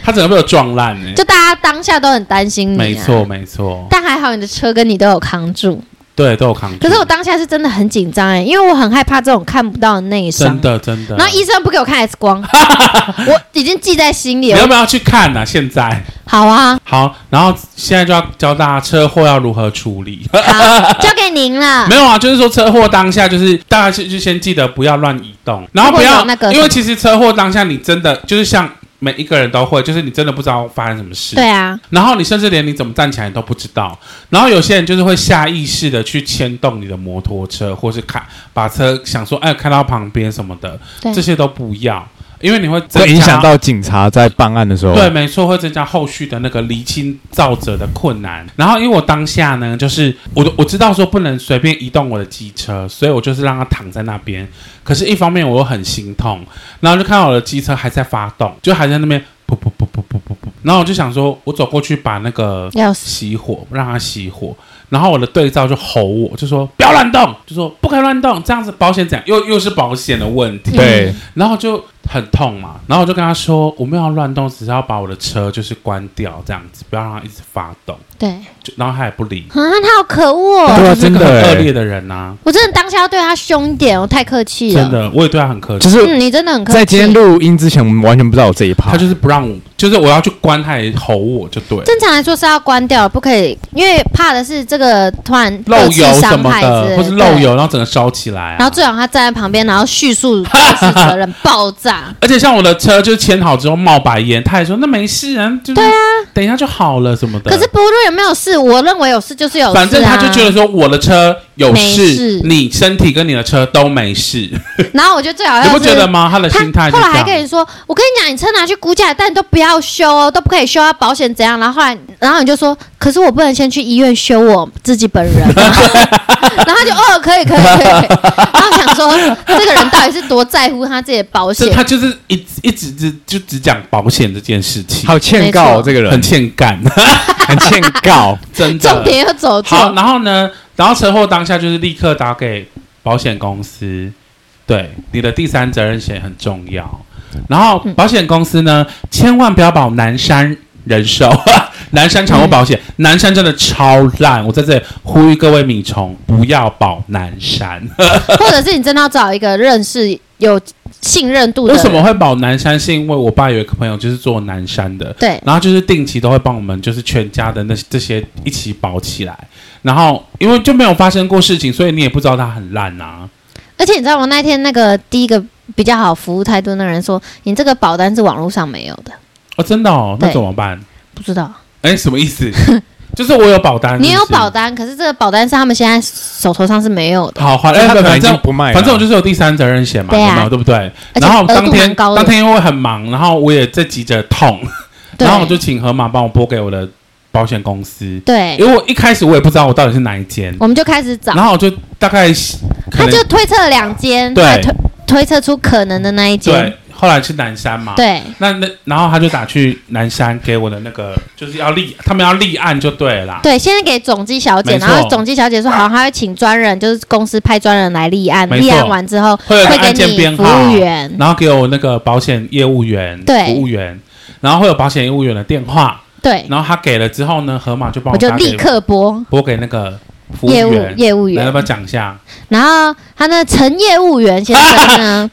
他整个被我撞烂哎、
就大家当下都很担心你、啊。
没错，没错，
但还好你的车跟你都有扛住。
对，都有扛住。
可是我当下是真的很紧张哎，因为我很害怕这种看不到的内伤
真。的真的，
然后医生不给我看 X 光，我已经记在心里
你要
了。
不要去看啊？现在
好啊，
好，然后现在就要教大家车祸要如何处理。
好，交给您了。
没有啊，就是说车祸当下就是大家就就先记得不要乱移动，然后不
如果
要
有那个
因为其实车祸当下你真的就是像每一个人都会，就是你真的不知道发生什么事。
对啊，
然后你甚至连你怎么站起来都不知道，然后有些人就是会下意识的去牵动你的摩托车，或是开把车想说哎开到旁边什么的，
对
这些都不要，因为你会增
会
加
影响到警察在办案的时候。
对，，没错，会增加后续的那个厘清造者的困难。然后，因为我当下呢，就是我我知道说不能随便移动我的机车，所以我就是让它躺在那边。可是，一方面我又很心痛，然后就看到我的机车还在发动，就还在那边噗噗噗噗噗噗噗。然后我就想说，我走过去把那个
要死。
熄火，让它熄火。然后我的对照就吼我，就说不要乱动，就说不可以乱动，这样子保险怎样？又又是保险的问题。
对，
然后就很痛嘛，然后我就跟他说，我没有要乱动，只是要把我的车就是关掉这样子，不要让它一直发动。
对，啊，
就然后他也不理，
他好可恶哦！
对
他
啊
就是一个
真的
很
欸
恶劣的人呐、
我真的当下要对他凶一点，我太客气了。
真，的，我也对他很客气
就。是
嗯，你真的很客气。
在今天录音之前，我们完全不知道有这一趴。
他就是不让我，就是我要去关，他也吼我就对了，
正常来说是要关掉，不可以，因为怕的是这个突然
漏
二次
油什
伤
么
害之类
的，
的，
或是漏
对。
油，然后整个烧起来、啊。
然后最好他站在旁边，然后叙述肇事责任爆 炸。
而且像我的车就是签好之后冒白烟，他也说那没事啊，就是对啊，等一下就好了什么的。
可是不论有没有事，我认为有事就是有事、啊。
反正他就觉得，说我的车有
没
事
事，
你身体跟你的车都没事，
然后我就最好要
你
是
不觉得吗？他的心态
呃他
就
后
这样。
来还跟你说，我跟你讲，你车拿去估价，但你都不要修哦，都不可以修啊，保险怎样？然后后来，然后你就说，可是我不能先去医院修我自己本人 啊。然后他就哦，可以可以可以。可以然后想说，这个人到底是多在乎他自己的保
是
险？
他就是一直一直只就只讲保险这件事情，
好欠告哦
没错
这个人，
很欠干，
很欠 告。
真
重
的。
点又走
好，
错，
然后呢，然后车祸当下就是立刻打给保险公司，对，你的第三责任险很重要。然后
嗯
保险公司呢，千万不要保南山人寿、 南山产物保险，南山真的超烂，我在这里呼吁各位米虫不要保南山。
或者是你真的要找一个认识有信任度的
为
人。
什么会保南山？是因为我爸有一个朋友就是做南山的，
对，
然后就是定期都会帮我们，就是全家的那这些一起保起来。然后因为就没有发生过事情，所以你也不知道它很烂啊。
而且你知道吗？那天那个第一个比较好服务态度那个人说，你这个保单是网络上没有的，
哦，真的哦，那
对
怎么办？
不知道。
哎，什么意思？ 就是我有保单，
你
是
有
不是
保单，可是这个保单是他们现在手头上是没有的，
好，反
因为
正
哎他本来
反
已经
正
不卖了，
反正我就是有第三责任险嘛，
对啊
有没有对不对？
而且
然后
额
当
度
天
蛮高的
当。天因为很忙，然后我也在急着痛，
对
然后我就请河马帮我拨给我的保险公司，因
对，
为我一开始我也不知道我到底是哪一间，
我们就开始找，
然后我就大概可
他
能
就推测了两间，
对
才推推测出可能的那一间，
对，后来去南山嘛，
对
那那然后他就打去南山给我的那个，就是要立，他们要立案就对了啦。
对，先给总机小姐，
没错
然后总机小姐说好，她会请专人，就是公司派专人来立案，
没错
立案完之后
会有一个
会
案
给
件
你
编
服
号
务员，
然后给我那个保险业务员、
对
服务员，然后会有保险业务员的电话，
对，
然后他给了之后呢，河马就帮
我就
打给
立刻拨
拨给那个服务
业务
员。
业务
来，要
员
不要，讲一下？
然后他那陈业务员先生呢，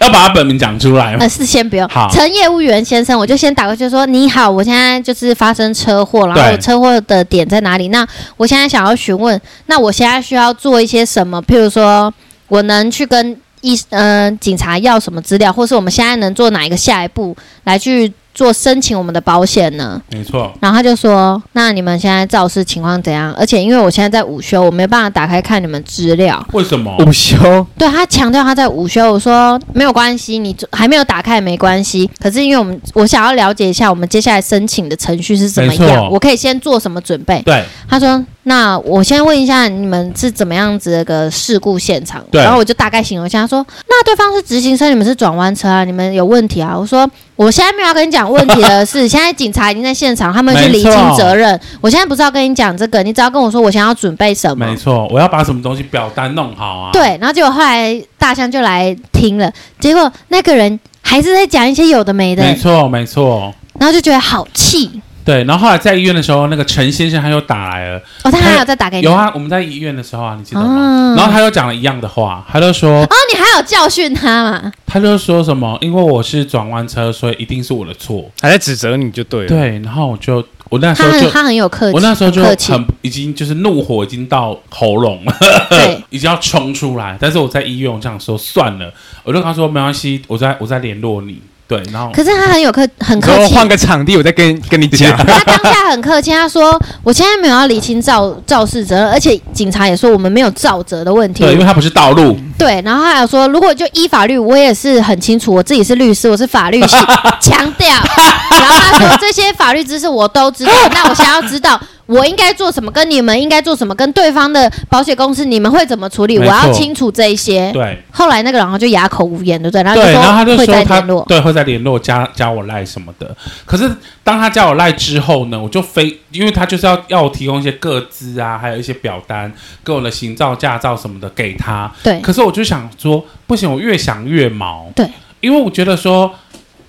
要把他本名讲出来吗
呃，？是先不用
好。
陈业务员先生，我就先打过去说：“你好，我现在就是发生车祸，然后
对
我车祸的点在哪里？那我现在想要询问，那我现在需要做一些什么？譬如说，我能去跟医呃警察要什么资料，或是我们现在能做哪一个下一步来去做申请我们的保险呢？”
没错，
然后他就说：“那你们现在肇事情况怎样？而且因为我现在在午休，我没办法打开看你们资料。”
为什么？
午休
对他强调他在午休，我说没有关系，你还没有打开也没关系。可是因为我们我想要了解一下我们接下来申请的程序是怎么
没
样
错，
我可以先做什么准备？
对，
他说：“那我先问一下你们是怎么样子的一个事故现场。”
对
然后我就大概形容一下，他说：“那对方是直行车，你们是转弯车啊，你们有问题啊？”我说：“我现在没有要跟你讲问题的 是，现在警察已经在现场，他们去
没
厘
错
清责任。我现在不是要跟你讲这个，你只要跟我说我想要准备什么。”
没错，我要把什么东西表单弄好啊？，
对，然后结果后来大象就来听了，结果那个人还是在讲一些有的没的，
没错，没错。
然后就觉得好气
对，然后后来在医院的时候，那个陈先生他又打来了，
哦。他还有再打给你，
有
哦，
啊，我们在医院的时候啊，你记得吗？
嗯
然后他又讲了一样的话，他就说，
哦你还有教训他嘛？
他就说什么，因为我是转弯车，所以一定是我的错。
还在指责你就对了。
对，然后我就，我那时
他
候就
很，他很有客气，
我那时候就
客气，
很已经就是怒火已经到喉咙了，
对，
已经要冲出来。但是我在医院，我想说算了，我就跟他说没关系，我再我再联络你。对，然后
可是他很有客很
你
客
说
气，
换个场地，我再跟跟你讲。
他当下很客气，他说我现在没有要理清肇肇事责任，而且警察也说我们没有肇责的问题，
对，因为他不是道路，
对，然后还有说，如果就依法律，我也是很清楚，我自己是律师，我是法律 系，强调。然后他说这些法律知识我都知道，那我想要知道我应该做什么，跟你们应该做什么，跟对方的保险公司你们会怎么处理，我
没错
要清楚这一些。
对
后来那个人好像就哑口无言，对不对？然后
对，然后他
就
就
会
说
再
他
联络。
对会再联络加加我赖什么的。可是当他加我赖之后呢，我就非因为他就是要要我提供一些个资啊，还有一些表单跟我的行照、驾照什么的给他。
对
可是我就想说，不行，我越想越毛。
对，
因为我觉得说，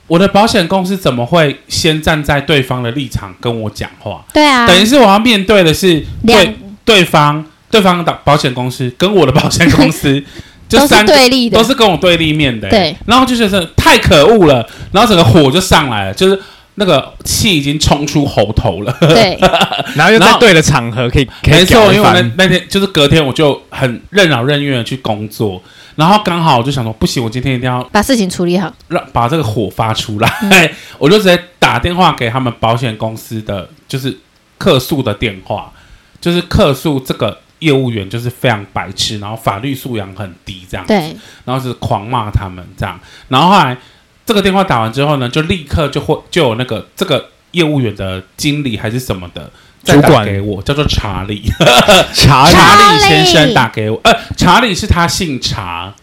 我的保险公司怎么会先站在对方的立场跟我讲话？
对啊，
等于是我要面对的是
两
对对方、对方的保险公司跟我的保险公 司，就
都是
三个
对立的
都，是跟我对立面的、欸
对，
然后就觉得太可恶了，然后整个火就上来了，就是那个气已经冲出喉头了。
对，
然后又
然
在
后
对的场合可以 可
没
以
错，
讲
因为
一
我那
番。
那天就是隔天，我就很任劳任怨的去工作，然后刚好我就想说，不行，我今天一定要
把事情处理好。
让把这个火发出来， 我就直接打电话给他们保险公司的就是客诉的电话，就是客诉这个业务员就是非常白痴，然后法律素养很低这样，
对，
然后就是狂骂他们这样，然后后来这个电话打完之后呢，就立刻就会就有那个这个业务员的经理还是什么的。再
主
打
管哎
给我，叫做查理，
查
查
理
查
理
理先生打给我，呃，查理是他姓查，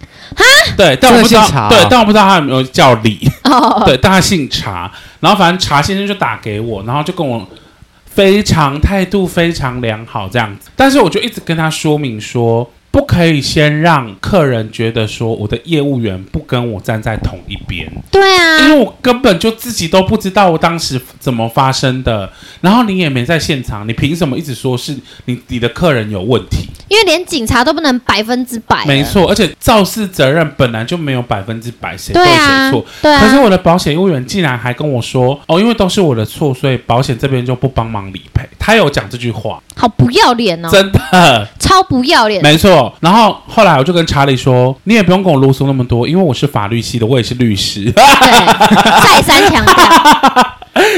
对，但我不知
真的姓查
道，
哦
对，但我不知道他有没有叫李，
哦，
对，但他姓查，然后反正查先生就打给我，然后就跟我非常态度非常良好这样子，但是我就一直跟他说明说，不可以先让客人觉得说我的业务员不跟我站在同一边，
对啊
因，为我根本就自己都不知道我当时怎么发生的，然后你也没在现场，你凭什么一直说是你你的客人有问题？
因为连警察都不能百分之百了。
没错，而且肇事责任本来就没有百分之百谁对
对
谁
啊
错，，
对啊。
可是我的保险业务员竟然还跟我说，哦，因为都是我的错，所以保险这边就不帮忙理赔。他有讲这句话，
好不要脸哦，
真的，
超不要脸。
没错。然后后来我就跟查理说，你也不用跟我啰嗦那么多，因为我是法律系的，我也是律师，
对，再三强调。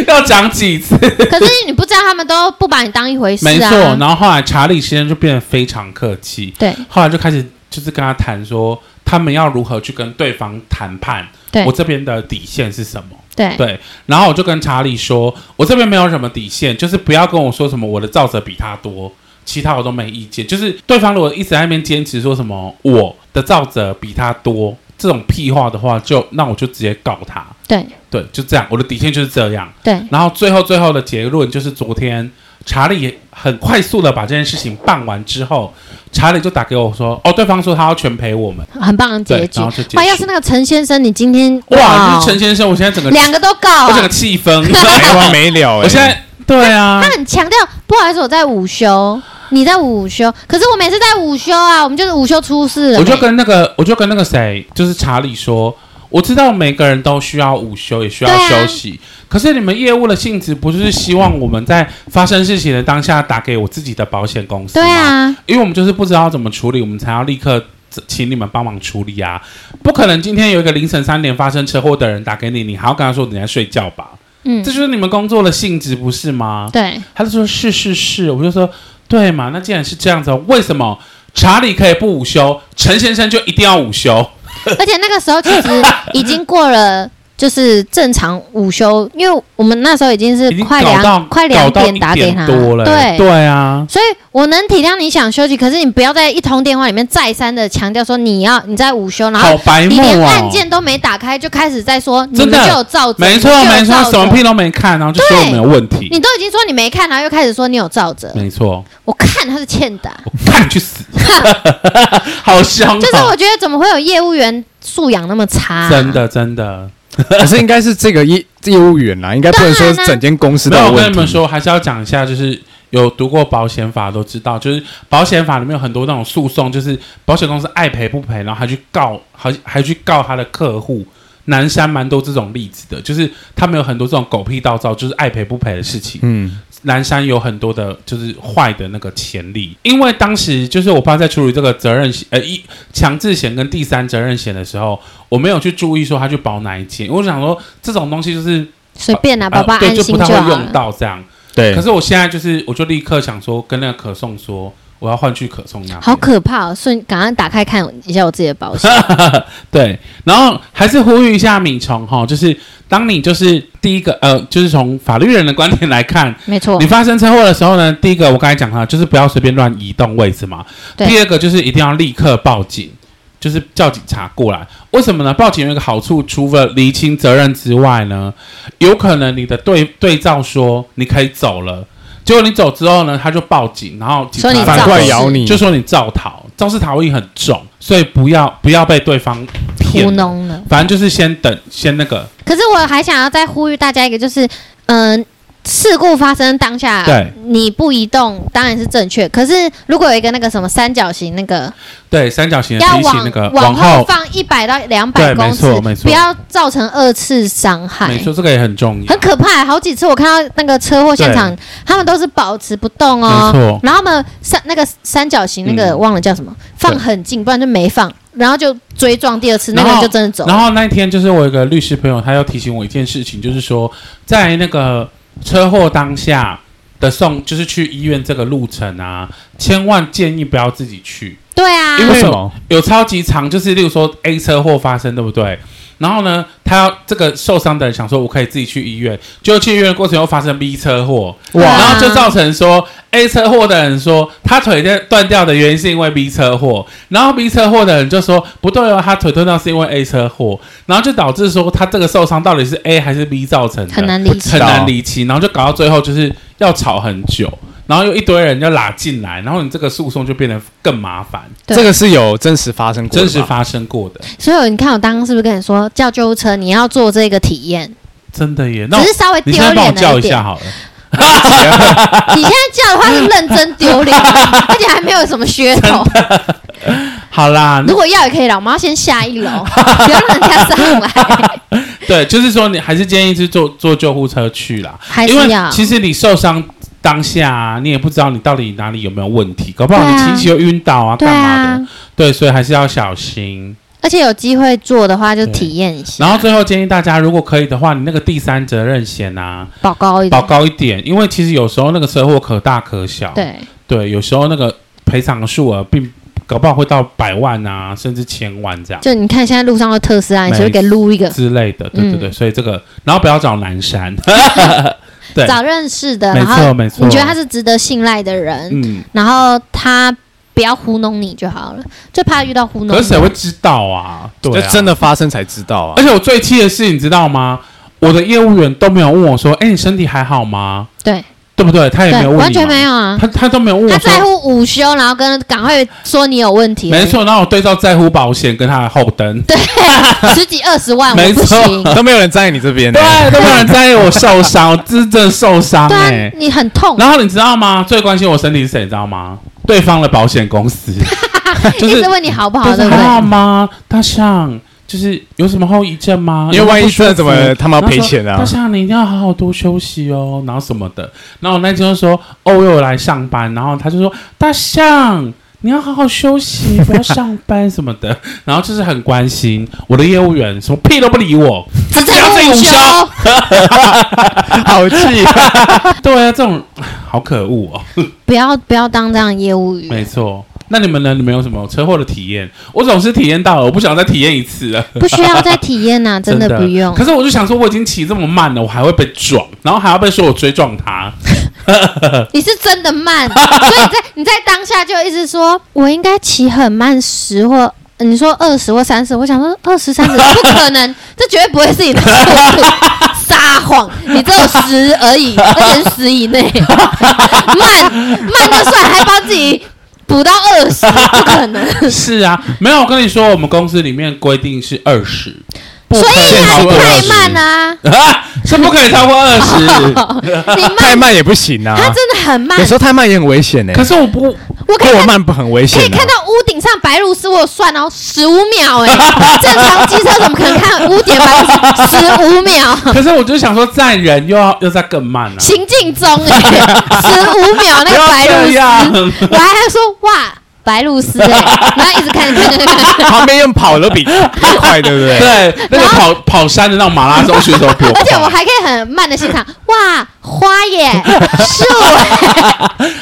要讲几次？
可是你不知道，他们都不把你当一回事
没错。
啊。
然后后来查理先生就变得非常客气，
对
后来就开始就是跟他谈说，他们要如何去跟对方谈判，
对
我这边的底线是什么。
对
对，然后我就跟查理说，我这边没有什么底线，就是不要跟我说什么我的造者比他多，其他我都没意见。就是对方如果一直在那边坚持说什么我的造者比他多这种屁话的话，就那我就直接告他。
对
对，就这样，我的底线就是这样。
对
然后最后最后的结论就是，昨天查理很快速的把这件事情办完之后，查理就打给我说，哦，对方说他要全赔我们。
很棒的结
对，
局
然后。就结
哇，要是
束。
那个陈先生，你今天哦
哇，就是陈先生，我现在整个
两个都告
我整个
啊，
气氛。
没完没了、欸。
我现在对啊
他，很强调，不好意思，我在午休。你在午休，可是我每次在午休啊，我们就是午休出事了。
我就跟那个，我就跟那个谁，就是查理说，我知道每个人都需要午休，也需要
对啊
休息。可是你们业务的性质不就是希望我们在发生事情的当下打给我自己的保险公司
对
吗？，
啊，
因为我们就是不知道怎么处理，我们才要立刻请你们帮忙处理啊！不可能今天有一个凌晨三点发生车祸的人打给你，你还要跟他说你在睡觉吧？
嗯
这，就是你们工作的性质，不是吗？
对，
他就说是是是，我就说对嘛，那既然是这样子哦，为什么查理可以不午休，陈先生就一定要午休？
而且那个时候其实已经过了。就是正常午休，因为我们那时候已经是
已经
快
搞到
两快两
搞到
点打给
1
他，
多了，
对，
对啊，
所以我能体谅你想休息，可是你不要在一通电话里面再三的强调说你要你在午休，然
好
后
白
你
目
连
哦
按，键都没打开就开始在说你
真
们
的
就有照着，
没错
你们
没
就
错
有，照
什么
着
屁都没看，然后就说我
对
们有问题，
你都已经说你没看，然后又开始说你有照着，
没错，
我看他是欠打。
我看你去死， 好香、哦，
就是我啊觉得怎么会有业务员素养那么差、
真，的真的，
可是应该是这个业业务员啦，应该不能说
当然啊
整间公司都
没有，
有
我跟
问
你们
题。
说，还是要讲一下，就是有读过保险法都知道，就是保险法里面有很多那种诉讼，就是保险公司爱赔不赔，然后还去告，还还去告他的客户。南山蛮多这种例子的，就是他们有很多这种狗屁倒灶，就是爱赔不赔的事情。
嗯，
南山有很多的，就是坏的那个潜力，因为当时就是我爸在处理这个责任险，呃，一强制险跟第三责任险的时候，我没有去注意说他去保哪一件，我想说这种东西就是
随便啦、
啊
宝宝
对
安
就
心
不太
好
会用
了。
到这样。
对
可。是我现在就是，我就立刻想说，跟那个可颂说，我要换去可颂那边。
好可怕、哦！顺赶快打开看一下我自己的保险。
对，然后还是呼吁一下米虫哈，就是当你就是第一个呃，就是从法律人的观点来看，
没错
你，发生车祸的时候呢，第一个我刚才讲了，就是不要随便乱移动位置嘛。
对
第二个就是一定要立刻报警，就是叫警察过来。为什么呢？报警有一个好处，除了厘清责任之外呢，有可能你的对对照说你可以走了，结果你走之后呢，他就报警，然后警察
说你
反
肇
过来
事
咬你，
就说你造逃，肇事逃逸很重，所以不要不要被对方
糊
骗。
弄了。
反正就是先等，先那个，
可是我还想要再呼吁大家一个，就是嗯、事故发生当下，
对
你不移动当然是正确。可是如果有一个那个什么三角形那个，
对三角形的
要
提
往
醒那个
往
后，
放一百到两
对没
百公尺
错没，错
不要造成二次伤害。
没错，这个也很重要，
很可怕、好几次我看到那个车祸现场，他们都是保持不动哦，
没错
然后他们三那个三角形那个、
嗯
忘了叫什么，放很近，不然就没放，然后就追撞第二次，那
然
个
后
人就真的走了。
然后那一天就是我有一个律师朋友，他要提醒我一件事情，就是说在那个车祸当下的送，就是去医院这个路程啊，千万建议不要自己去，
对啊，
因为
什么？
有超级长，就是例如说 A 车祸发生，对不对？然后呢，他要这个受伤的人想说，我可以自己去医院，就去医院的过程又发生 B 车祸，
哇
然后就造成说 A 车祸的人说他腿断掉的原因是因为 B 车祸，然后 B 车祸的人就说不对哦，他腿断掉是因为 A 车祸，然后就导致说他这个受伤到底是 A 还是 B 造成的，
很难理解。
很难离清，然后就搞到最后就是要吵很久，然后又一堆人要拉进来，然后你这个诉讼就变得更麻烦。
对
这个是有真实发生过的
真
吧，
实发生过的，
所以你看我刚刚是不是跟你说叫救护车，你要做这个体验，
真的耶。那
只
我
是稍微
你
丢
现在
脸
帮我
了
叫
一
一下
点。
好了，
你现在叫的话是认真丢 脸，而且还没有什么噱头。
好啦。那
如果要也可以啦，我们要先下一 楼，不要让人家上来，
对，就是说你还是建议是坐坐救护车去啦，
还
因
是
为
要。
其实你受伤当下、啊，你也不知道你到底哪里有没有问题，搞不好
对
你
啊
骑一骑又晕倒啊，
对
干嘛
啊
的？，对，所以还是要小心。
而且有机会做的话，就
对
体验一下，
然后最后建议大家，如果可以的话，你那个第三责任险啊，
保高一
保
点。
高一点，因为其实有时候那个车祸可大可小，
对，
对，有时候那个赔偿的数额啊并搞不好会到百万啊，甚至千万这样。
就你看现在路上的特斯拉，你
没
随便给撸一个，
之类的，对对对，
嗯
所以这个，然后不要找南 山，对，
找哎认识的，
没
然
错
后
没错，
你觉得他是值得信赖的人，
嗯，
然后他不要糊弄你就好了，最怕遇到糊弄的。
可是谁会知道啊？对
就
啊，
真的发生才知道啊
而。且我最气的是，你知道吗？我的业务员都没有问我说，哎，你身体还好吗？
对
对不对？他也没有
对，
问你嘛，
完全没有啊。
他他都没有问我
他在
说，
乎午休，然后跟赶快说你有问题。
没，错。然后我对照在乎保险跟他的后灯，
对， 十几二十万
没
我不
错
行。
都没有人站在你这边的。
对，啊都没有人在意我受伤，我真正受伤
啊对
哎、
啊，你很痛，
然后你知道吗？最关心我身体是谁，你知道吗？对方的保险公 司，就
一
是
直问你好不好，
就是哦
对不
还好
对？
吗？大象，就是有什么后遗症吗？
因为万一真的怎
有没有不
么
舒服
他妈赔钱啊
然后说大？象，你一定要好好多休息哦，然后什么的。然后我那天就说，哦，我有来上班，然后他就说，大象。你要好好休息，不要上班 什么的。然后就是很关心我的业务员，什么屁都不理 我。
只在
不要
乎
再
午
午
休
休，
好气！
对啊，这种好可恶哦。
不要不要当这样业务员。
没错。那你们呢？你们有什么车祸的体验？我总是体验到了，我不想再体验一次了。
不需要再体验呐、真的不用
可。是我就想说，我已经骑这么慢了，我还会被撞，然后还要被说我追撞 他。
你是真的慢，所以你在你在当下就一直说，我应该骑很慢十或。呃你说二十或三十，我想说二十三十不可能，这绝对不会是你的速度。撒谎，你只有十而已，而且是十以内，慢慢就算，还帮自己补到二十，不可能。
是啊，没有，我跟你说，我们公司里面规定是二 十，不
所
可
以
以
啊，
超
你
过
太
二
慢啦、
十啊，是不可以超过二十。
你
太
慢，
慢也不行啊，
他真的很慢
有。时候太慢也很危险呢。
可是我 不，
我可以
过
看
慢不很危险
可以
啊。
看到屋顶上白鹭鸶，我有算哦，十五秒 哎、正常机车怎么可能看屋顶白鹭鸶？十五 秒，
可是我就想说，载人又要又再更慢啊了、
行进中哎、十五秒那
不
个
要
白
这
鹭鸶，
样，
我还还说哇白鹭鸶 哎，然后一直看看看看看，
旁边用跑的 比比快，对不对？
对，那个跑跑山的那种马拉松选手比我快，
而且我还可以很慢的欣赏哇花耶树欸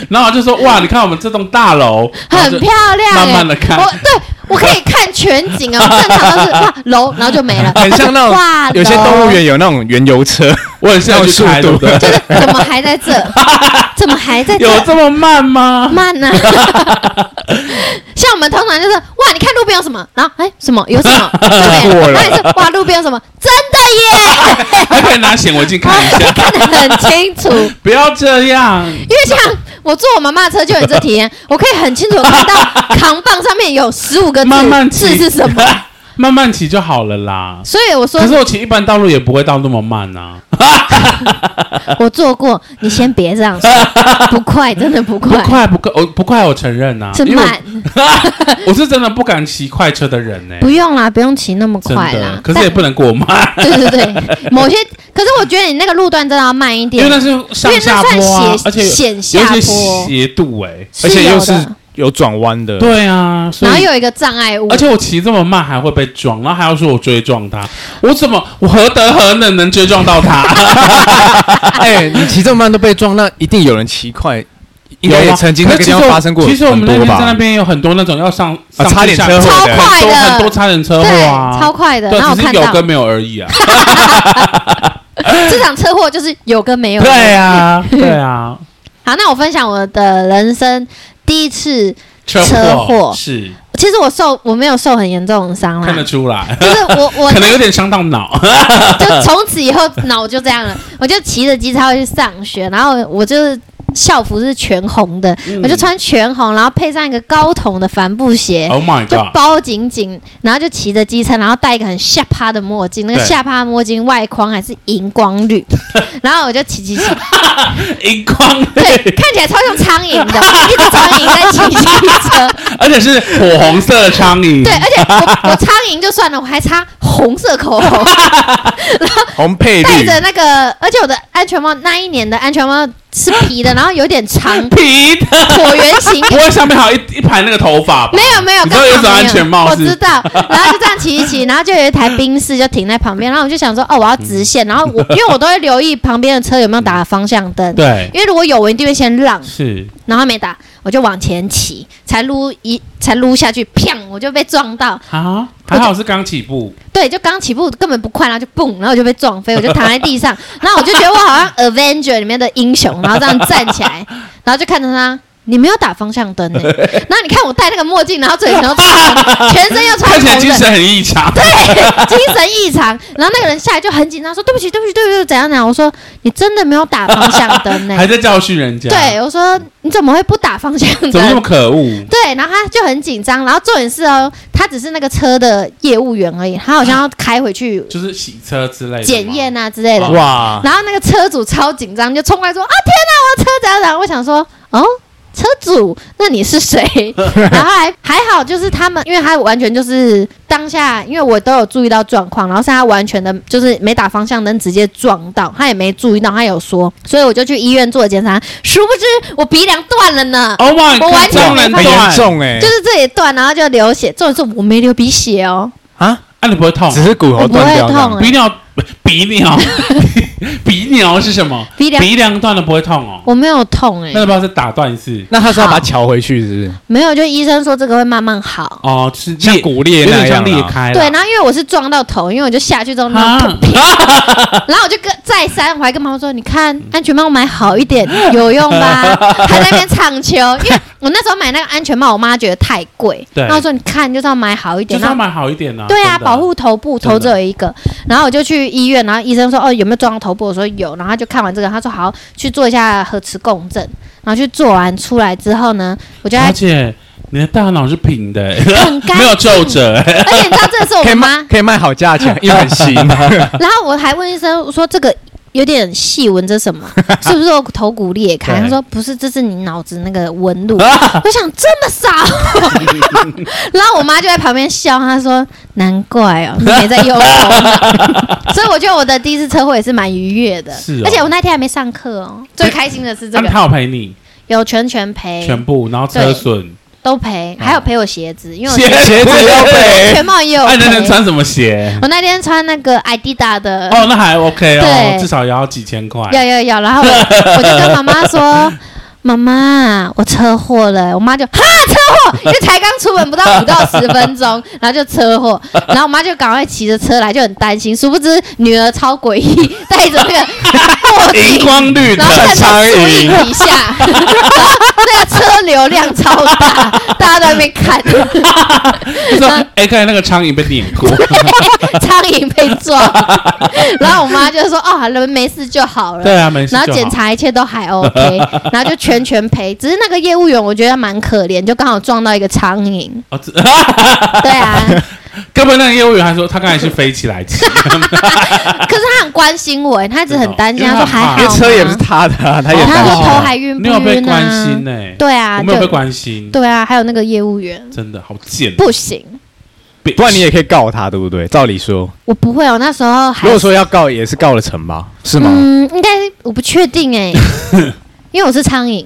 然后我就说哇，你看我们这栋大楼然后就
很漂亮、哎
慢慢地看
我对我可以看全景啊，我正常都是哇楼，然后就没了，
很像那
哇
种有些
楼
动物园有那种原油车，
我很想去开，对
那种
不
速度
对？
就是怎么还在 这？怎么还在这？
有这么慢 吗？
慢呢、像我们通常就是哇，你看路边有什么，然后哎、什么有什 么，对不
过
对？
了
然后你是哇，路边有什么，真的耶，
还可以拿显微镜 看一
你
下，
看得很清楚。
不要这样。
因为像我坐我妈妈的车就有这体验，我可以很清楚地看到 扛棒上面有十五个字，
慢慢骑
字是什 么。？
慢慢骑就好了啦。
所以我说
可是我骑一般道路也不会到那么慢啊，
我坐过，你先别这样说，不快，真的不
不
快，
快不快，我不快我承认啊，
是
因为
慢，
我我是真的不敢骑快车的人呢、
不用啦，不用骑那么
真
快啦
的，。可是也
但
不能过慢，
对对对，某些，可是我觉得你那个路段真的要慢一
因
点，
为那是上下坡
因为
啊
那，
而
算
且
斜
有
险
有
下
一些
坡，
斜度哎、
是
而且又
有
是
的，
有转弯的。
对啊，所
然后
以
又有一个障碍物
而，且我骑这么慢还会被撞，然后还要说我追撞他，我怎么我何德何能能追撞到 他？
哎，你骑这么慢都被撞，那一定有人骑快，应该
有
也
吗
曾经那
可
个
哎是其
地
实
方
我
发生过
其实我
很
们那
多
天在那
吧。啊
边有很多那种要上上
差点
下
车祸
超
的
快
多
的，
很多差点车祸
对，
啊，
超快的。
对，
然后我
只是
看
有
到
跟没 有而已啊。
这场车祸就是有跟没有。
对 啊，对啊，
好，那我分享我的人生第一次，
车
车祸
是
其实我受我没有受很严重的伤
看得
啦。
出来，
就是我，我
可能有点伤到脑。
就 从此以后脑就这样了。我就骑着机车去上学，然后我就是校服是全红的，
嗯
我就穿全红，然后配上一个高筒的帆布鞋。
Oh my
就
god！
包紧紧，然后就骑着机车，然后戴一个很下趴的墨镜，那个
对
下趴墨镜外框还是荧光绿，然后我就骑骑骑，
荧光
对，
绿，
看起来超像苍蝇的，一只苍蝇在骑机车，
而且是火红色的苍蝇。
对，而且我我苍蝇就算了，我还擦红色口红，
红配
戴
绿，
着那个，而且我的安全帽那一年的安全帽是皮的，然后有点长，
皮的，
椭圆形，
不会上面还有一一排那个头发吧？
没有没有，
哦你
刚
知道有一
好
种
没有
安全帽
我
是
知道。然后就这样骑一骑，然后就有一台宾士就停在旁边，然后我就想说，哦，我要 直线，然后我因为我都会留意旁边的车有没有打方向灯，
对，
因为如果有，我一定会先让，
是
然后没打，我就往前骑，才撸一才撸下去，砰，我就被撞到，
啊，还好是刚起步，
对，就刚起步根本不快，然后就蹦，然后我就被撞飞，我就躺在 地上，然后我就觉得我好像 Avenger 里面的英雄，然后这样站起来，然后就看着他，你没有打方向灯呢、欸然后你看我戴那个墨镜，然后嘴全都擦红， 全身又穿
看起来
红
精
的，
神很异常。
对，精神异常。然后那个人下来就很紧张，说：“对不起，对不起，对不起，怎样怎样。”我说：“你真的没有打方向灯呢、
还在教训人家，，
对，我说：“你怎么会不打方向
怎么那么
灯？”
可恶？
对，然后他就很紧张，然后重点是哦，他只是那个车的业务员而已，他好像要开回去
就是洗车之类的吗哦
检验啊之类的。
哇，
然后那个车主超紧张，就冲过来说：“啊，天哪，我的车怎样怎样？”我想说：“哦，车主，那你是谁？” 然后还还好，就是他们，因为他完全就是当下，因为我都有注意到状况，然后是他完全的，就是没打方向灯直接撞到，他也没注意到，他有说，所以我就去医院做检查，殊不知我鼻梁断了呢。
，Oh my，
我完全
中人
没
很
办法
断
严重哎
就，是这里断，然后就流血。重点是我没流鼻血哦，
啊，
啊，你不会痛？
只是骨头断掉
我不会痛
了，
鼻鸟，鼻鸟， 鼻鸟是什么？
鼻梁
鼻梁断了不会痛哦。
我没有痛哎、
那要不要再打断一次？
那他是要把它撬回去，是不是？
没有，就医生说这个会慢慢好。
哦，是
像
裂，
骨裂
有
那
点像
样
裂
啊
开了。
对，然后因为我是撞到头，因为我就下去之后那种
啊
痛片，然后我就跟再三，我还跟妈妈说，你看安全帽买好 一点，有用吧？还在那边唱秋，因为我那时候买那个安全帽，我妈觉得太贵，
对
然后说你看就是要买好一
就
点，
是
然
要
后。
买好一点呢。
对啊，
真的
保。护头部，
真的
头只有一个。然后我就去医院，然后医生说：“哦，有没有撞到头部？”我说有。然后他就看完这个，他说：“好，去做一下核磁共振。”然后去做完出来之后呢，我就
而
还
且你的大脑是平的，欸
很干
没有皱
净。
褶。欸
而且你知道这是我
可以
们
卖
妈
可以卖好价钱，又很新，
然后我还问医生我说这个有点细纹，这什么？是不是我头骨裂开？
对
他说不是，这是你脑子那个纹 路。我想这么少， 然后我妈就在旁边笑，她说难怪 哦，你没在用功啊。 所以我觉得我的第一次车祸也是蛮愉悦的，
是哦
而且我那天还没上课哦。最开心的是 这
那
个，
他有赔你
有全全赔，
全部，然后车损，
都赔，还有赔我鞋子，因为我
鞋
鞋子 要赔，
全帽也有
哎，那能
赔。
穿什么鞋？
我那天穿那个 Adidas 的
哦，那还 OK 哦，
呃对
至少也要几千块。
有有有，然后我 我就跟妈妈说。妈妈，我车祸了！我妈就哈车祸，因为才刚出门不到五到十分钟，然后就车祸，然后我妈就赶快骑着车来，就很担心。殊不知女儿超诡异，戴着那个 墨
荧
镜，
光绿的
然后站
苍
在树
蝇
荫底下，然后那个车流量超大，大家都在那边看
就说，哎，看来那个苍蝇被碾 过。
啊苍蝇被撞，然后我妈就说：“哦，人没事就好了。”
对啊，没事就
然
好。
后检查一切都还 OK，然后就全全赔。只是那个业务员我觉得蛮可怜，就刚好撞到一个苍蝇。
哦这
对啊，
根本那个业务员还说他刚才是飞起来 骑，
可是他很关心我，他一直很担心，
真
他
的
说
哦
还好
因
因为
吗
啊车也不是他的啊，他也
哦
他
担
说
心
头还晕
你
不
有被
晕
关
啊
心？欸呢？
对啊，
我没有被
就
关心，
对啊，还有那个业务员
真的好贱。
不行，
不然你也可以告他，对不对？照理说，
我不会哦。那时候还
如果说要告，也是告了成吧？是吗？
嗯，应该我不确 定哎，因为我是苍蝇，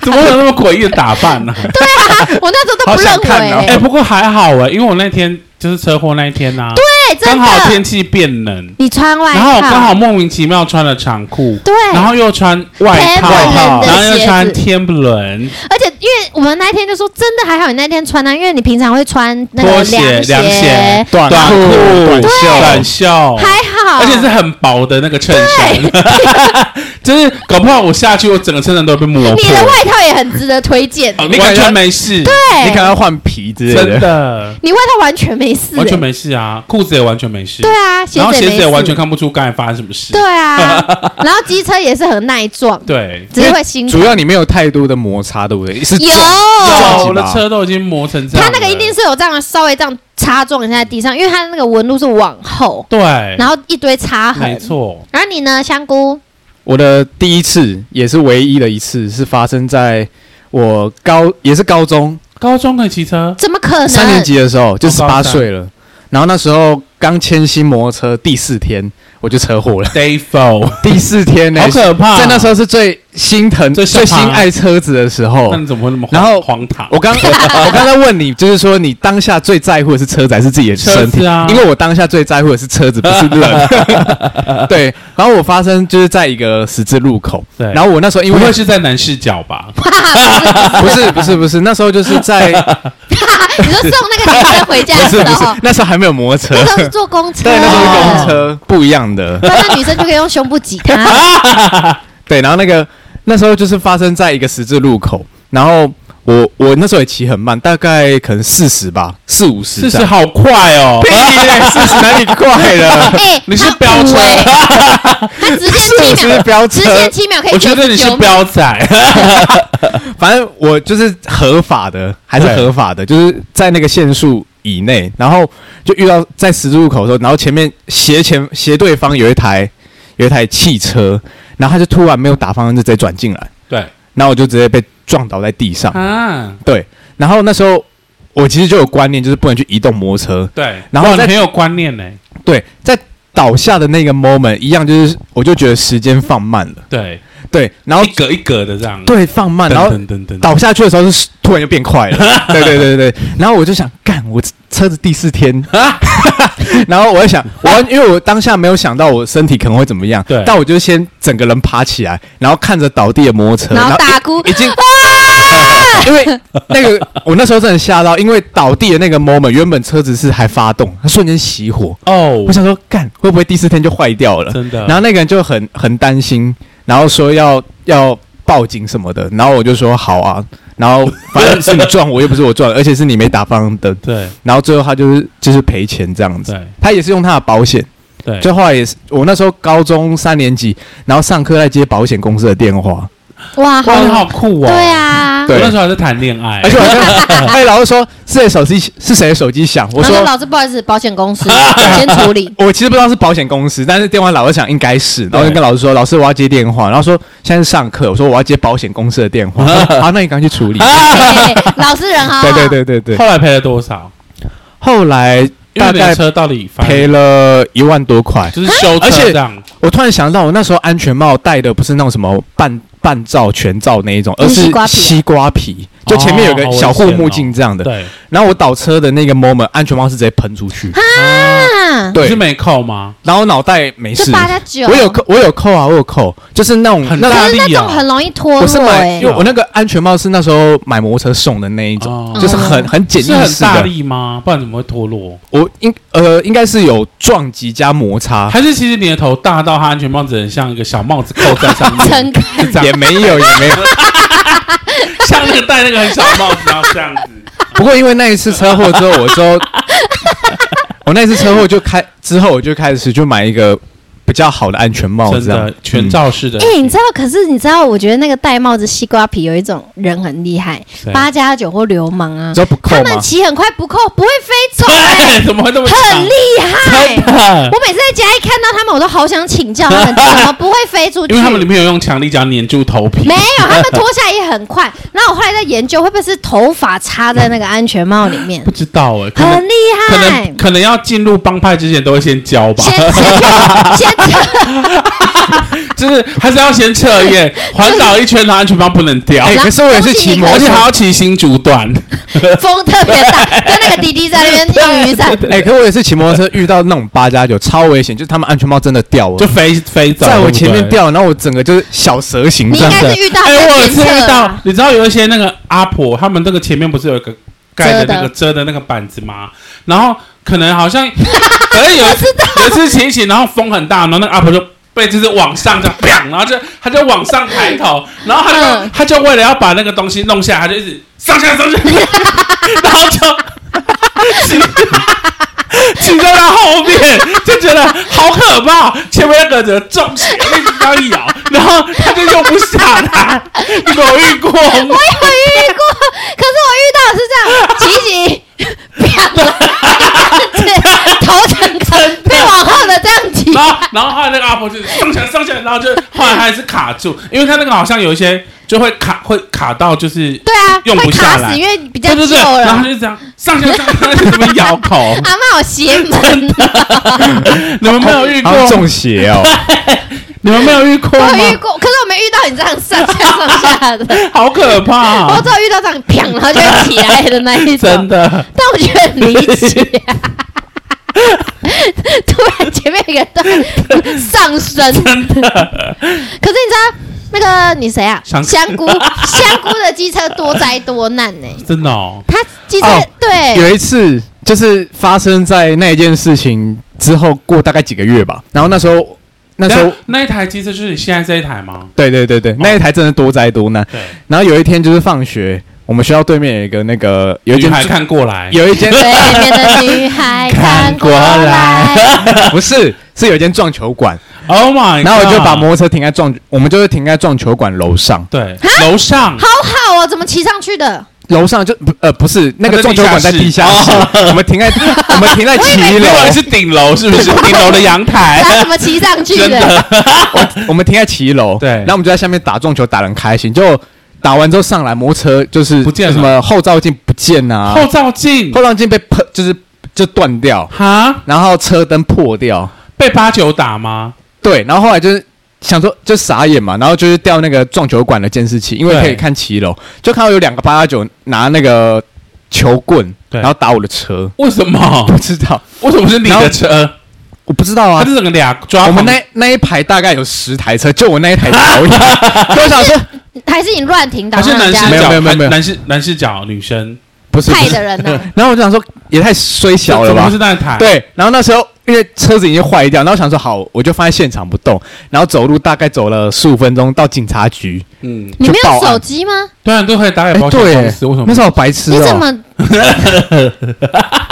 怎么会有那么诡异的打扮呢？
啊我那时候都不
好想看
认
哦
为
哎、
欸。
不过还好哎、因为我那天就是车祸那一天呐、啊，
对，
刚
真
好
的，
天气变冷，
你穿外
然后
套，
刚好莫名其妙穿了长裤，
对，
然后又穿外
天
套，
不
啊
冷
然后
的
又穿
鞋子。
天不伦
而且因为我们那一天就说，真的还好你那天穿啊，因为你平常会穿那
拖
个
鞋、
鞋，
凉鞋、
短
短
裤
短袖、
哦
对
短袖，
还好，
而且是很薄的那个衬衫，就是搞不好我下去，我整个衬衫都会被磨
你的
破，
外套也很值得推荐，
哦完
你感觉
全没事，
你可
对，
能要换皮之类
真
的。
的
你外套完全没事、欸，
完全没事啊，裤子也完全没事，
对啊，鞋
然后
子
鞋
也
子
没
也
事，
完全看不出刚才发生什么事
对， 啊，然后机车也是很耐撞，
对。
只是会心
主要你没有太多的摩擦，对不对？是
有
撞
我的车都已经磨成这样
他
了，
那个一定是有这样稍微这样擦撞一下在地上，因为他那个纹路是往后，
对，
然后一堆擦
没
痕。
错，
然后你呢，香菇？
我的第一次，也是唯一的一次，是发生在我高也是高中
高中可以骑车，
怎么可能？
三 年级的时候，就
哦
十
高
八
三
岁了。然后那时候刚签新摩托车，第四天我就车祸了。
day four，好
第四天 呢、
可怕，
在那时候是最心疼、
最
最
吓怕
心爱车子的时候
那。你怎么会那么
然后
荒唐？
我刚 我我刚才问你，就是说你当下最在乎的是车子还是自己的身
车子
体？
啊
因为我当下最在乎的是车子，不是 人。 对，然后我发生就是在一个十字路口，
对，
然后我那时候因
不
为
会是在男视角吧？
不是不是不是，那时候就是 在
你就送那个女生回家
不
的
是
时
不是
候，，
那时候还没有摩托车，
那时候是坐公车，
对，那时候是公
哦
车，不一样的。
那那女生就可以用胸部挤他，
对，然后那个那时候就是发生在一个十字路口，然后我我那时候也骑很慢，大概可能四十吧，四五十
四十
这样。
好快哦
屁！嘞， 四十哪里快了？
哎，
你是
他
飙
补
车
欸， 他直线
四
七
十
秒，
飙
直
车，
线七秒可以，
我觉得你是彪
标，
仔，
反正我就是合法的，还是
对
合法的，就是在那个限速以内。然后就遇到在十字路口的时候，然后前面斜前斜对方有一台有一台汽车，然后他就突然没有打方向灯，就直接转进来，
对
然后我就直接被撞倒在地上。
啊，
对，然后那时候我其实就有观念，就是不能去移动摩托车。
对，
然后
哇
在
你很有观念呢，
对，在倒下的那个 moment，一样就是我就觉得时间放慢了，
对，
对，然后
一格一格的这样，
对放慢，
噔，
然后
噔噔噔，
倒下去的时候是突然就变快了，对对对对对。然后我就想，干我车子第四天，然后我在想，我因为我当下没有想到我身体可能会怎么样，
对
但我就先整个人爬起来，然后看着倒地的摩托车，
然
然
后
后
大啊哭，
已经。 因为那个，我那时候真的吓到，因为倒地的那个 moment，原本车子是还发动，它瞬间熄火。
哦
我，想说，干会不会第四天就坏掉了？
真的，
然后那个人就很很担心，然后说要要报警什么的，然后我就说好啊，然后反正是你撞我，又不是我撞，而且是你没打方向灯，
对
然后最后他就是就是赔钱这样子，
对
他也是用他的保险，
对，
就后来也是我那时候高中三年级，然后上课在接保险公司的电话，
哇，
哇，你
好，
好酷哦，
对，啊，
我
对
那时候还在谈恋爱
而，且我跟哎老师说是谁手机是谁的手机响，我
然后说
说。
老师不好意思，保险公 司我先处理，
我其实不知道是保险公司，但是电话老师想应该是，然后就跟老师说：“老师，我要接电话。”然后说：“现在是上课。”我说：“我要接保险公司的 电话。”好，那你赶快去处理。
嘿嘿哎老师人好， 啊
对对，对对对。
后来赔了多少？
后来
因为
大
你的
概
车到底翻
赔了一万多块。
就是修车
而且
这样，
我突然想到，我那时候安全帽戴的不是那种什么半半罩、全罩那一种，而
就是
是
西瓜皮啊
西瓜皮，就前哦面有个小护目镜这样的。
对，
然后我倒车的那个 moment，安全帽是直接喷出 去。
啊，
你
对
是，没扣吗？
然后脑袋没
就
事。
八加九，
我有扣，我有扣啊，我有扣，就是那种
很
那
大
可是
力
那种
哦
很容易脱
我是
落
买，
欸，
因为我那个安全帽是那时候买摩托车送的那一种，
哦
就是很很简
是
易
很
式
大
的。
力吗？不然怎么会脱落？
我应呃应该是有撞击加摩擦，
还是其实你的头大到他安全帽只能像一个小帽子扣在上
撑
面，
开，
是这
也
样，
没有也 没有。
像那个戴那个很小的帽子，然后这样子。
不过因为那一次车祸之后，我之后 我那一次车祸就开之后，我就开始就买一个比较好的安全帽，
真
这样
的全。
嗯
罩式的。
哎、你知道？可是你知道？我觉得那个戴帽子西瓜皮有一种人很厉害，
谁
八加九或流氓啊
之，后不扣
他们
吗？
骑很快，不扣，不会飞 走、
对，哎怎么会那么
很厉害。
害？
我每次在家一看到他们，我都好想请教他们怎么不会飞出去。
因为他们里面有用强力胶粘住头皮
没，有，他们脱下来也很快。然后我后来在研究，会不会是头发插在那个安全帽里面
不？知道 哎，可能
很厉
可
害
能。可能要进入帮派之前都会先教吧
先，先先
就是还是要先测 验，环岛一圈，然后安全帽不能掉，
哎、
然后
可是我也是骑摩
而
托
且
车
还。要骑新竹段，
风特别大，跟那个滴滴在那 边用雨伞，
哎、可我也是骑摩托车遇到那种八加九超危险，就是他们安全帽真的掉了，
就飞飞走，
在我
对
前
不
面
对
掉，然后我整个就是小蛇形
你
这
应
样
该
子。
是遇到
哎、我有一
很
次
偏
遇
侧
到
啊，
你知道有一些那个阿婆，他们那个前面不是有一个盖的那个遮的那个板子吗？然后可能好 像，可能有一次有一次骑一骑，然后风很大，然后那个阿婆就。被就是往上这样，砰然后就他就往上抬头，然后他就、
嗯
他就为了要把那个东西弄下来，他就一直上下 上下，然后就骑 骑在他后面，就觉得好可怕。前面那个人重起来，一直这样摇，然后他就用不下来。你没有遇过
我有
吗？
遇过，可是我遇到的是这样，挤一挤，啪了，头整个被往后的这 样挤，
然后，然后后来那个阿婆就上起来上起来，然后就后来还是卡住，因为他那个好像有一些就会卡，会卡到就是
对啊，
用
会
不下
卡
来
死，因为比较
对对
旧
对，然后
了。
就这样上下上下就这么咬 口，
阿妈有邪门啊，
你们没有遇过
好 像？中邪哦，
你们没有遇过
我有遇
吗？
过，可是我没遇到你这样上下上 下的，
好可怕、
我只有遇到这样啪，然后就会起来的那一种。
啊 真的。
但我觉得很离奇、啊。突然前面一个人上升，真的。可是你知道那个你谁啊？
香菇
香菇，香菇的机车多灾多难呢、
真的哦，
他机车、
哦
对
有一次就是发生在那一件事情之后过大概几个月吧，然后那时候那时候
等一下那一台机车就是你现在这一台吗？
对对对对，那一台真的多灾多难。
对，
然后有一天就是放学，我们学校对面有一个那个有一
女
间
孩看过来，
有一间
对面的女孩看
看
过
过
来
来，不是是有一间撞 球馆，
Oh my！
然后我就
God
把摩托车停在撞，我们就是停在撞球馆楼上，
对楼上
好好哦，怎么骑上去的？
楼上就不呃不是那个
它在
撞
地
球
下
馆在
室
地下室，我们 停在我们停在七
你
楼
以，为是顶楼啊是 不是？顶楼的阳台
他怎么骑上去
哎真
的？
我们停在七楼，
对
然后我们就在下面打撞球，打得很开心，就打完之后上来，摩托车就是
不见了
什么后照镜不见啊，
后照镜
后照镜被喷，就是就断掉，
哈
然后车灯破掉，
被八九打吗？
对，然后后来就是想说就傻眼嘛，然后就是调那个撞球馆的监视器，因为
对
可以看七楼，就看到有两个八八九拿那个球棍，
对
然后打我的车，
为什 么？
不知道，
为什么是你
然
的
后
车？
我不知道
他
啊。
是整个俩抓
我们
狂
那那一排大概有十台车，就我那一台导 演，所以我想说
还是你乱停的？
还是
让
男
人家
视
没有
角？
没有没有
还
没有
男视男视角女生
不是不
派
是
的人啊呢？
然后我就想说，也太衰小了
怎么
吧
会是？那台？，
对，然后那时候因为车子已经坏掉，然后想说好，我就放在现场不动，然后走路大概走了十五分钟到警察局。
嗯，
你没
就报
有
案
手机吗？
对啊，你都可以打给
哎，
保险
对
公
耶
司，为什，么
那？时候我白痴
你怎
哦。
么？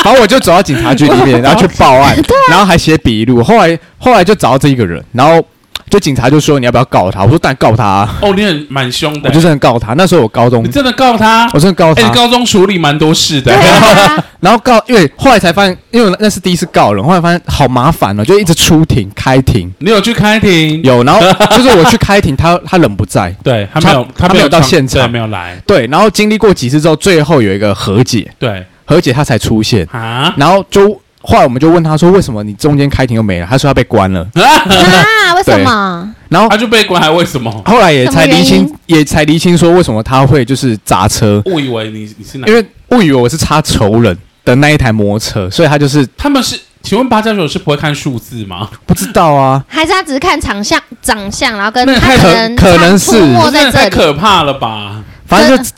然后我就走到警察局里面，然后去报 案，然后还写笔录。后来后来就找到这一个人，然后就警察就说你要不要告他？我说当然告他、啊，
哦，你很蛮凶
我
的
就，真的告他。那时候我高中
你，真的告他？
我真的告
哎，
他
你。高中处理蛮多事的
对，啊，
然后告，因为后来才发现，因为我那是第一次告人，后来发现好麻烦哦，就一直出庭开庭。
你有去开庭？
有，然后就是我去开庭，他他人不在，
对，他没有，
他
没
没有到
上
现场
对没有来，
对，然后经历过几次之后，最后有一个和解，
对
和解他才出现，
啊，
然后就后来我们就问他说，为什么你中间开庭又没了？他说他被关了，
啊，为什么？
然后
他就被关，还为什
哦
么？
后来也才厘
什么原
清，也才厘清说为什么他会就是砸车，
误以为你你是哪
因？为误以为我是插仇人的那一台摩托车，所以他就是
他们是，请问八加九是不会看数字吗？
不知 道啊，
还是他只是看长相、长相，然后跟
那也
他
太
可
可
能
可能
出
是
没
真
在
的太
这
可
里，
怕了吧？
反正就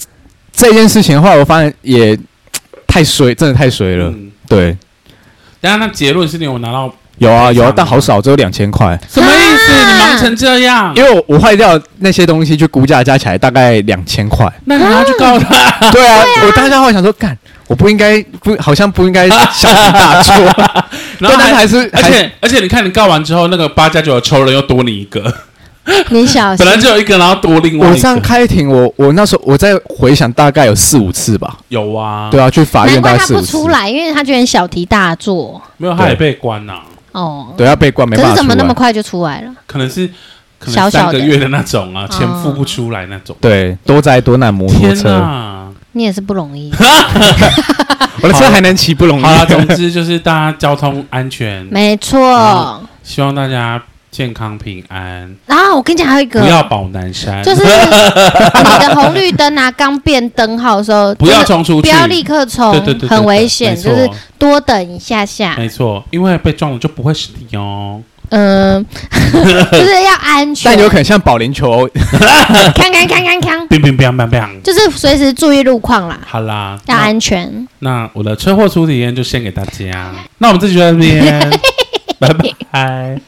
这件事情，后来我发现也太衰，真的太衰了，
嗯，
对，
等一下那结论是你有拿到
有啊有
赔偿
啊
吗，
但好少，只有两千块。
什么意思？
啊
你忙成这样，
因为我我坏掉那些东西，去估价加起来大概两千块。
那你要去告他？
对啊，我当下后来想说，干，我不应该，不，好像不应该小题大做。
然后
但
还，
还是，
而
还是
且而且你看你告完之后，那个八加九的仇人又多你一个，
你小心
本。来只有一个，然后多另外
我
一
这样
个，
开庭，我我那时候我在回想，大概有四五次吧。
有啊，
对啊，去法
难
院大
怪
概
他
四
不
五次
出。来，因为他觉得你小题大做
没有他也被关了，
哦。
对，要被关没
可
办
是
法
怎么那
出来
么快就出来了？
可能是可
小
能
小
三
的
个月的那种啊，钱
哦
付不出来那种。
对，多灾多难摩托
天
车，
哪！
你也是不容 易，
我的车还能骑不容易
好。啦，总之就是大家交通安全，
没错。
嗯希望大家健康平安，
然后我跟你讲，还有一个
不要保南山，
就是你的红绿灯啊，刚变灯号的时 候，
不
真
要
的
冲出去，
不要立刻冲
对对对，对，
很
对
危
没
险，就
错哎
是多等一下下，
没错，因为被撞了就不会是你哦。
嗯， 就是要安全，
但有可能像保龄球，
看看看看看，
砰砰砰砰砰！
就是随时注意路况啦，
好啦，
要
那
安全，
那 我的车祸初体验就献给大家，那我们这期就到这边，拜拜。